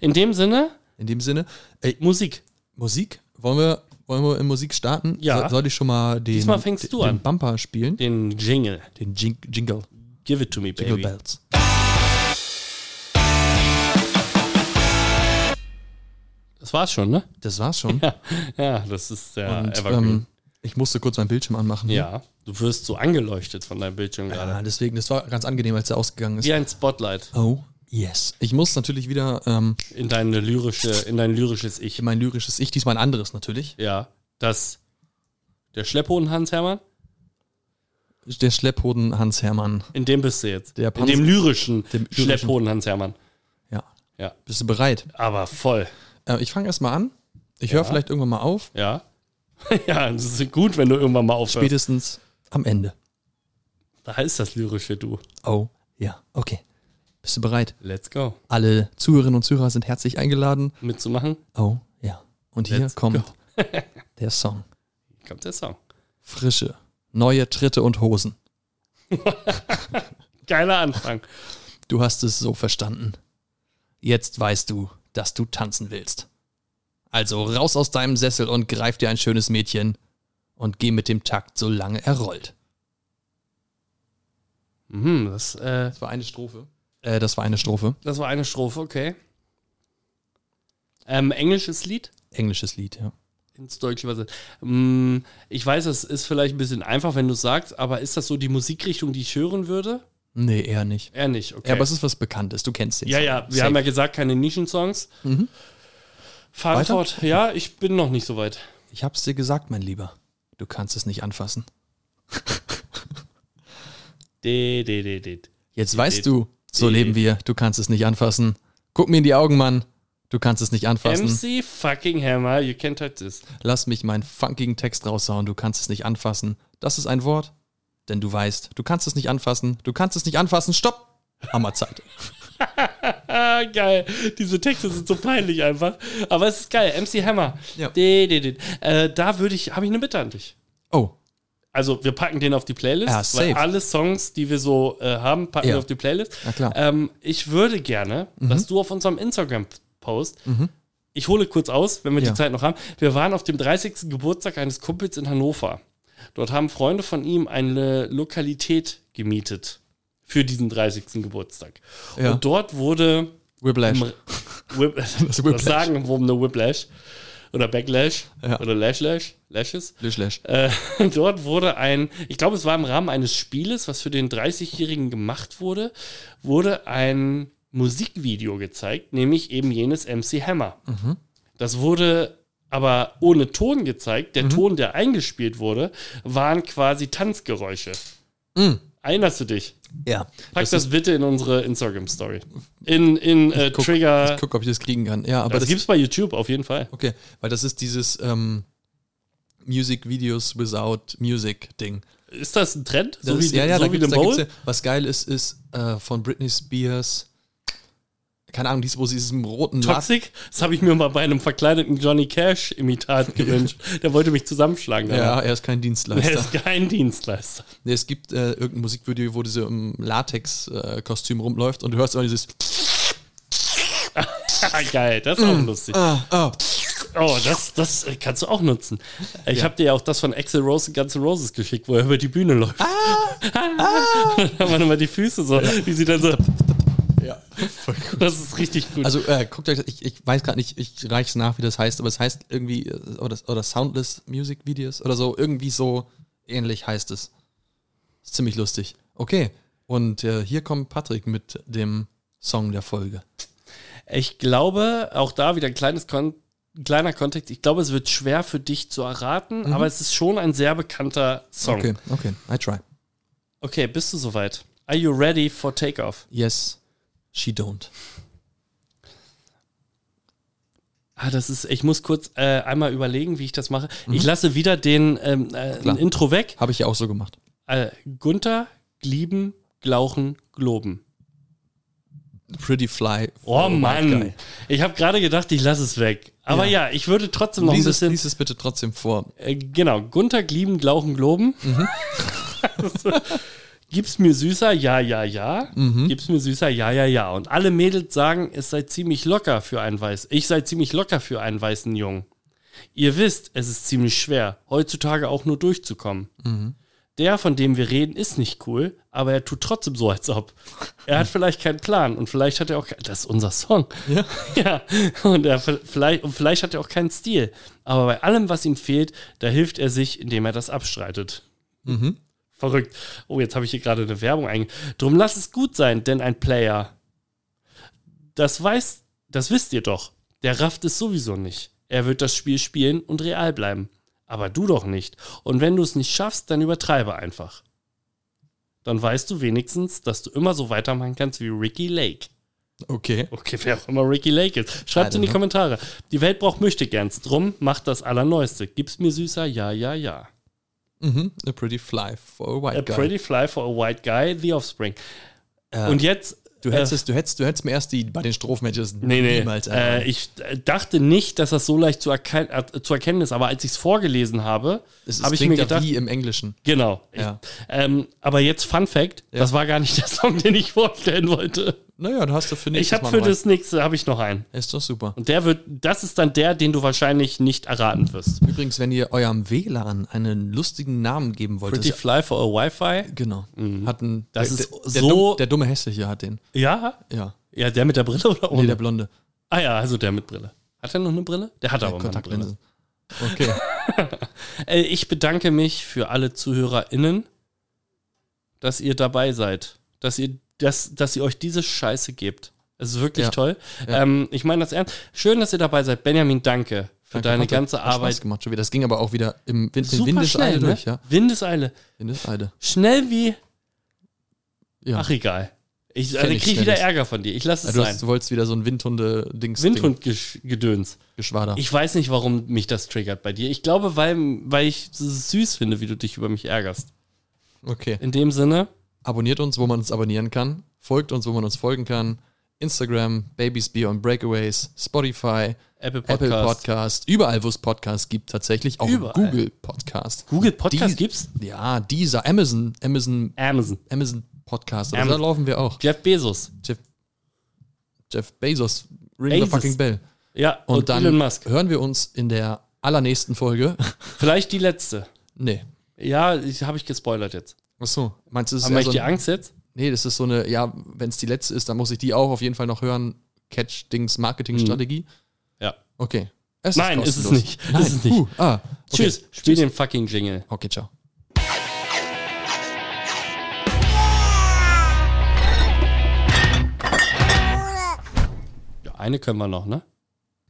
S1: In dem Sinne,
S2: In dem Sinne, ey,
S1: Musik.
S2: Musik, wollen wir, wollen wir in Musik starten?
S1: Ja.
S2: So, soll ich schon mal den,
S1: Diesmal fängst du
S2: den
S1: an.
S2: Bumper spielen?
S1: Den Jingle.
S2: Den Jing Jingle.
S1: Give it to me,
S2: Jingle
S1: baby.
S2: Bells.
S1: Das war's schon, ne?
S2: Das war's schon.
S1: Ja, das ist ja
S2: Und,
S1: Evergreen.
S2: ähm, ich musste kurz meinen Bildschirm anmachen.
S1: ja, du wirst so angeleuchtet von deinem Bildschirm gerade.
S2: Ja, deswegen, das war ganz angenehm, als er ausgegangen ist.
S1: Wie ein Spotlight
S2: Oh, yes. Ich muss natürlich wieder ähm,
S1: in deine lyrische, in dein lyrisches Ich.
S2: mein lyrisches Ich, diesmal ein anderes natürlich.
S1: Ja, das der Schlepphoden Hans Hermann,
S2: Der Schlepphoden Hans Hermann.
S1: in dem bist du jetzt.
S2: Der
S1: in
S2: Panzer-
S1: dem lyrischen
S2: Dem lyrischen.
S1: Schlepphoden Hans Hermann.
S2: Ja.
S1: Ja,
S2: Bist du bereit?
S1: aber voll.
S2: Äh, ich fange erstmal an. Ich höre vielleicht irgendwann mal auf.
S1: Ja. Ja, das ist gut, wenn du irgendwann mal aufhörst.
S2: Spätestens am Ende.
S1: Da ist das lyrische Du.
S2: Oh, ja. Okay. Bist du bereit?
S1: Let's go.
S2: Alle Zuhörerinnen und Zuhörer sind herzlich eingeladen.
S1: Mitzumachen
S2: Oh, ja. Und hier
S1: Let's
S2: kommt der Song.
S1: kommt der Song.
S2: Frische, neue Tritte und Hosen.
S1: Geiler Anfang.
S2: Du hast es so verstanden. Jetzt weißt du, dass du tanzen willst. Also raus aus deinem Sessel und greif dir ein schönes Mädchen und geh mit dem Takt, solange er rollt.
S1: Mhm, das, äh,
S2: Das war eine Strophe. Äh, das war eine Strophe.
S1: das war eine Strophe, okay. Ähm, englisches Lied
S2: Englisches Lied, ja.
S1: ins Deutsche übersetzt. Ähm, ich weiß, das ist vielleicht ein bisschen einfach, wenn du es sagst, aber ist das so die Musikrichtung, die ich hören würde?
S2: Nee, eher nicht.
S1: Eher nicht, okay.
S2: Ja, aber es ist was Bekanntes. Du kennst den
S1: ja,
S2: Song.
S1: ja, wir
S2: Safe.
S1: haben ja gesagt, keine Nischensongs.
S2: Mhm.
S1: Fahr
S2: Weiter?
S1: fort. Ja, ich bin noch nicht so weit.
S2: Ich hab's dir gesagt, mein Lieber. Du kannst es nicht anfassen.
S1: De, de, de, de.
S2: Jetzt weißt du, so
S1: die-
S2: leben wir. Du kannst es nicht anfassen. Guck mir in die Augen, Mann. Du kannst es nicht anfassen.
S1: MC fucking Hammer, you can't touch this.
S2: Lass mich meinen funkigen Text raushauen, du kannst es nicht anfassen. Das ist ein Wort, denn du weißt, du kannst es nicht anfassen, du kannst es nicht anfassen, stopp! Hammerzeit.
S1: Ah, geil. Diese Texte sind so peinlich einfach. Aber es ist geil. MC Hammer.
S2: Ja.
S1: De, de, de. Äh, da würde ich, habe ich eine Bitte an dich.
S2: Oh,
S1: Also wir packen den auf die Playlist,
S2: Ja,
S1: weil
S2: safe.
S1: alle Songs, die wir so äh, haben, packen
S2: Ja.
S1: wir auf die Playlist.
S2: Na klar. Mhm.
S1: Ähm, ich würde gerne, dass du auf unserem Instagram-Post, ich hole kurz aus, wenn wir
S2: Ja.
S1: die Zeit noch haben, wir waren auf dem 30. Geburtstag eines Kumpels in Hannover. Dort haben Freunde von ihm eine Lokalität gemietet für diesen 30. Geburtstag.
S2: Ja.
S1: Und dort wurde
S2: Whiplash.
S1: Whip das,
S2: Whiplash.
S1: sagen, wo eine Whiplash oder Backlash
S2: Ja.
S1: oder Lash Lash, Lashes.
S2: Whiplash.
S1: Äh, dort wurde ein, ich glaube, es war im Rahmen eines Spieles, was für den 30-Jährigen gemacht wurde, wurde ein Musikvideo gezeigt, nämlich eben jenes MC Hammer.
S2: Mhm.
S1: Das wurde aber ohne Ton gezeigt.
S2: Mhm.
S1: Der Ton, der eingespielt wurde, waren quasi Tanzgeräusche.
S2: Mhm.
S1: Erinnerst du dich?
S2: Ja.
S1: Pack das, bitte in unsere Instagram-Story. In, in äh,
S2: guck,
S1: Trigger.
S2: Ich gucke, ob ich das kriegen kann. Ja, aber
S1: das,
S2: das,
S1: gibt's bei YouTube auf jeden Fall.
S2: Okay, weil das ist dieses ähm, Music Videos without Music Ding.
S1: Ist das ein Trend?
S2: Das
S1: So wie,
S2: ist, ja, ja,
S1: so
S2: da
S1: wie
S2: gibt's,
S1: dem
S2: da gibt's, ja-
S1: Bowl?
S2: was geil ist, ist äh, von Britney Spears. Keine Ahnung, dieses, wo sie diesem roten
S1: Toxic? Das habe ich mir mal bei einem verkleideten Johnny Cash-Imitat gewünscht. Der wollte mich zusammenschlagen.
S2: Lack- Ja, er ist kein Dienstleister.
S1: Er ist kein Dienstleister.
S2: Nee, es gibt äh, irgendein Musikvideo, wo diese ähm, im Latex-Kostüm rumläuft und du hörst immer dieses.
S1: Ah, geil, das ist auch lustig.
S2: Ah, ah.
S1: Oh, das, das äh, kannst du auch nutzen. Ich habe dir ja auch das von Axel Rose und Guns N' Roses geschickt, wo er über die Bühne läuft. Ah, da haben wir nochmal die Füße so, wie sie dann so.
S2: Ja, voll gut.
S1: Das ist richtig gut.
S2: Also äh, guckt euch, das- ich, ich weiß gerade nicht, ich reich's nach, wie das heißt, aber es heißt irgendwie, äh, oder, oder Soundless Music Videos oder so, irgendwie so ähnlich heißt es. Ist ziemlich lustig. Okay, und äh, hier kommt Patrick mit dem Song der Folge.
S1: Ich glaube, auch da wieder ein kleines Kon ein kleiner Kontext. Ich glaube, es wird schwer für dich zu erraten, aber es ist schon ein sehr bekannter
S2: Mhm.
S1: Song.
S2: Okay,
S1: Okay,
S2: okay, I try.
S1: okay bist du soweit? Are you ready for takeoff?
S2: Yes, she don't.
S1: Ah, das ist, ich muss kurz äh, einmal überlegen, wie ich das mache. Ich lasse wieder den ähm, äh, ein
S2: Mhm. Klar.
S1: Intro weg.
S2: Habe ich ja auch so gemacht.
S1: Äh, Gunther, Glieben, Glauchen, Globen.
S2: Pretty Fly.
S1: Oh,
S2: for White
S1: Mann.
S2: Guy.
S1: Ich habe gerade gedacht, ich lasse es weg. Aber ja, ich würde trotzdem noch
S2: Lies es,
S1: ein
S2: lies
S1: bisschen.
S2: es bitte trotzdem vor.
S1: Äh, genau, Gunther, Glieben, Glauchen, Globen. Also, Gib's mir süßer, ja, ja, ja. Gib's mir süßer, ja, ja, ja. Und alle Mädels sagen, es sei ziemlich locker für einen Weiß. Ich sei ziemlich locker für einen weißen Jungen. Ihr wisst, es ist ziemlich schwer, heutzutage auch nur durchzukommen. Der, von dem wir reden, ist nicht cool, aber er tut trotzdem so, als ob. Er hat vielleicht keinen Plan und vielleicht hat er auch. ke- Das ist unser Song.
S2: Ja.
S1: Ja. Und, er, vielleicht, und vielleicht hat er auch keinen Stil. Aber bei allem, was ihm fehlt, da hilft er sich, indem er das abstreitet. Verrückt. Oh, jetzt habe ich hier gerade eine Werbung einge. Drum lass es gut sein, denn ein Player. Das weiß, das wisst ihr doch. Der rafft es sowieso nicht. Er wird das Spiel spielen und real bleiben. Aber du doch nicht. Und wenn du es nicht schaffst, dann übertreibe einfach. Dann weißt du wenigstens, dass du immer so weitermachen kannst wie Ricky Lake.
S2: Okay.
S1: Okay, wer auch immer Ricky Lake ist. Schreibt
S2: I don't
S1: in die
S2: know.
S1: Kommentare. Die Welt braucht möchte gerns. Drum macht das Allerneueste. Gib's mir süßer, ja, ja, ja.
S2: Mhm. A Pretty Fly for a White
S1: A
S2: Guy.
S1: pretty fly for a white guy, the offspring.
S2: Äh,
S1: Und jetzt.
S2: Du hättest, es- du hättest, du hättest mir erst die bei den Strophen hättest du es
S1: Äh. Nee, nee.
S2: niemals
S1: äh,
S2: erraten.
S1: ich äh, dachte nicht, dass das so leicht zu, erken äh, zu erkennen ist, aber als ich es vorgelesen habe,
S2: Es ist-
S1: habe ich
S2: klingt
S1: mir
S2: ja
S1: gedacht.
S2: wie im Englischen.
S1: Genau.
S2: Ja.
S1: Ich, ähm, aber jetzt Fun Fact: Das war gar nicht der Song, den ich vorstellen wollte.
S2: Naja, du hast dafür nichts.
S1: ich habe für das nächste habe ich noch einen.
S2: Ist doch super.
S1: Und der wird, das ist dann der, den du wahrscheinlich nicht erraten wirst.
S2: Übrigens, wenn ihr eurem WLAN einen lustigen Namen geben wollt,
S1: Pretty
S2: das ist-
S1: Fly for a Wi-Fi?
S2: genau, hat ein,
S1: Das
S2: der,
S1: ist
S2: der, der,
S1: so-
S2: dumm, der dumme Hässliche hat den.
S1: Ja.
S2: Ja,
S1: Ja, der mit der Brille oder
S2: nee,
S1: ohne?
S2: der Blonde.
S1: ah ja, also der mit Brille. Hat er noch eine Brille? Der hat
S2: Der
S1: aber mal eine Brille.
S2: Kontaktlinsen. Okay.
S1: Äh, ich bedanke mich für alle ZuhörerInnen, dass ihr dabei seid. Dass ihr, dass, dass ihr euch diese Scheiße gebt. Es ist wirklich
S2: Ja.
S1: toll.
S2: Ja.
S1: Ähm, ich meine das ernst. Schön, dass ihr dabei seid. Benjamin, danke für
S2: Danke,
S1: deine
S2: Patrick.
S1: ganze
S2: Hat Spaß
S1: Arbeit.
S2: gemacht schon wieder. Das ging aber auch wieder im Wind, in
S1: Super
S2: Windeseile
S1: schnell, ne?
S2: durch, ja.
S1: Windeseile.
S2: Windeseile.
S1: Schnell wie.
S2: Ja.
S1: Ach, egal. Ich,
S2: kenn
S1: also,
S2: ich
S1: krieg ich wieder
S2: schnelles.
S1: Ärger von dir. Ich lasse
S2: Ja,
S1: es
S2: du, hast,
S1: sein.
S2: du wolltest wieder so ein Windhunde-Dings.
S1: Windhundgedöns.
S2: Geschwader.
S1: Ich weiß nicht, warum mich das triggert bei dir. Ich glaube, weil, weil ich es süß finde, wie du dich über mich ärgerst.
S2: Okay.
S1: In dem Sinne,
S2: Abonniert uns, wo man uns abonnieren kann. Folgt uns, wo man uns folgen kann. Instagram, Babies Beyond Breakaways, Spotify,
S1: Apple Podcast.
S2: Apple Podcast, überall, wo es Podcasts gibt, tatsächlich. Auch
S1: Überall.
S2: Google Podcast.
S1: Google Podcast
S2: Die-
S1: gibt's?
S2: Ja, dieser Amazon, Amazon,
S1: Amazon.
S2: Amazon Podcast. Also
S1: Amazon.
S2: da laufen wir auch.
S1: Jeff Bezos.
S2: Jeff, Jeff Bezos, ring the
S1: Bezos.
S2: fucking bell.
S1: Ja,
S2: Und, dann
S1: Elon Musk.
S2: hören wir uns in der allernächsten Folge.
S1: Vielleicht die letzte.
S2: nee.
S1: Ja, habe ich gespoilert jetzt.
S2: Achso, meinst du, das ist
S1: Haben
S2: eher
S1: wir
S2: so
S1: die
S2: ein,
S1: Angst jetzt?
S2: Nee, das ist so eine, ja, wenn es die letzte ist, dann muss ich die auch auf jeden Fall noch hören. Catch-Dings, Marketing-Strategie.
S1: Ja.
S2: Okay. Es
S1: Mhm. Nein, ist es
S2: kostenlos.
S1: nicht.
S2: Nein,
S1: Ist es nicht.
S2: Uh, ah, okay.
S1: Tschüss. Spiel den fucking Jingle.
S2: Okay, ciao.
S1: Ja, eine können wir noch, ne?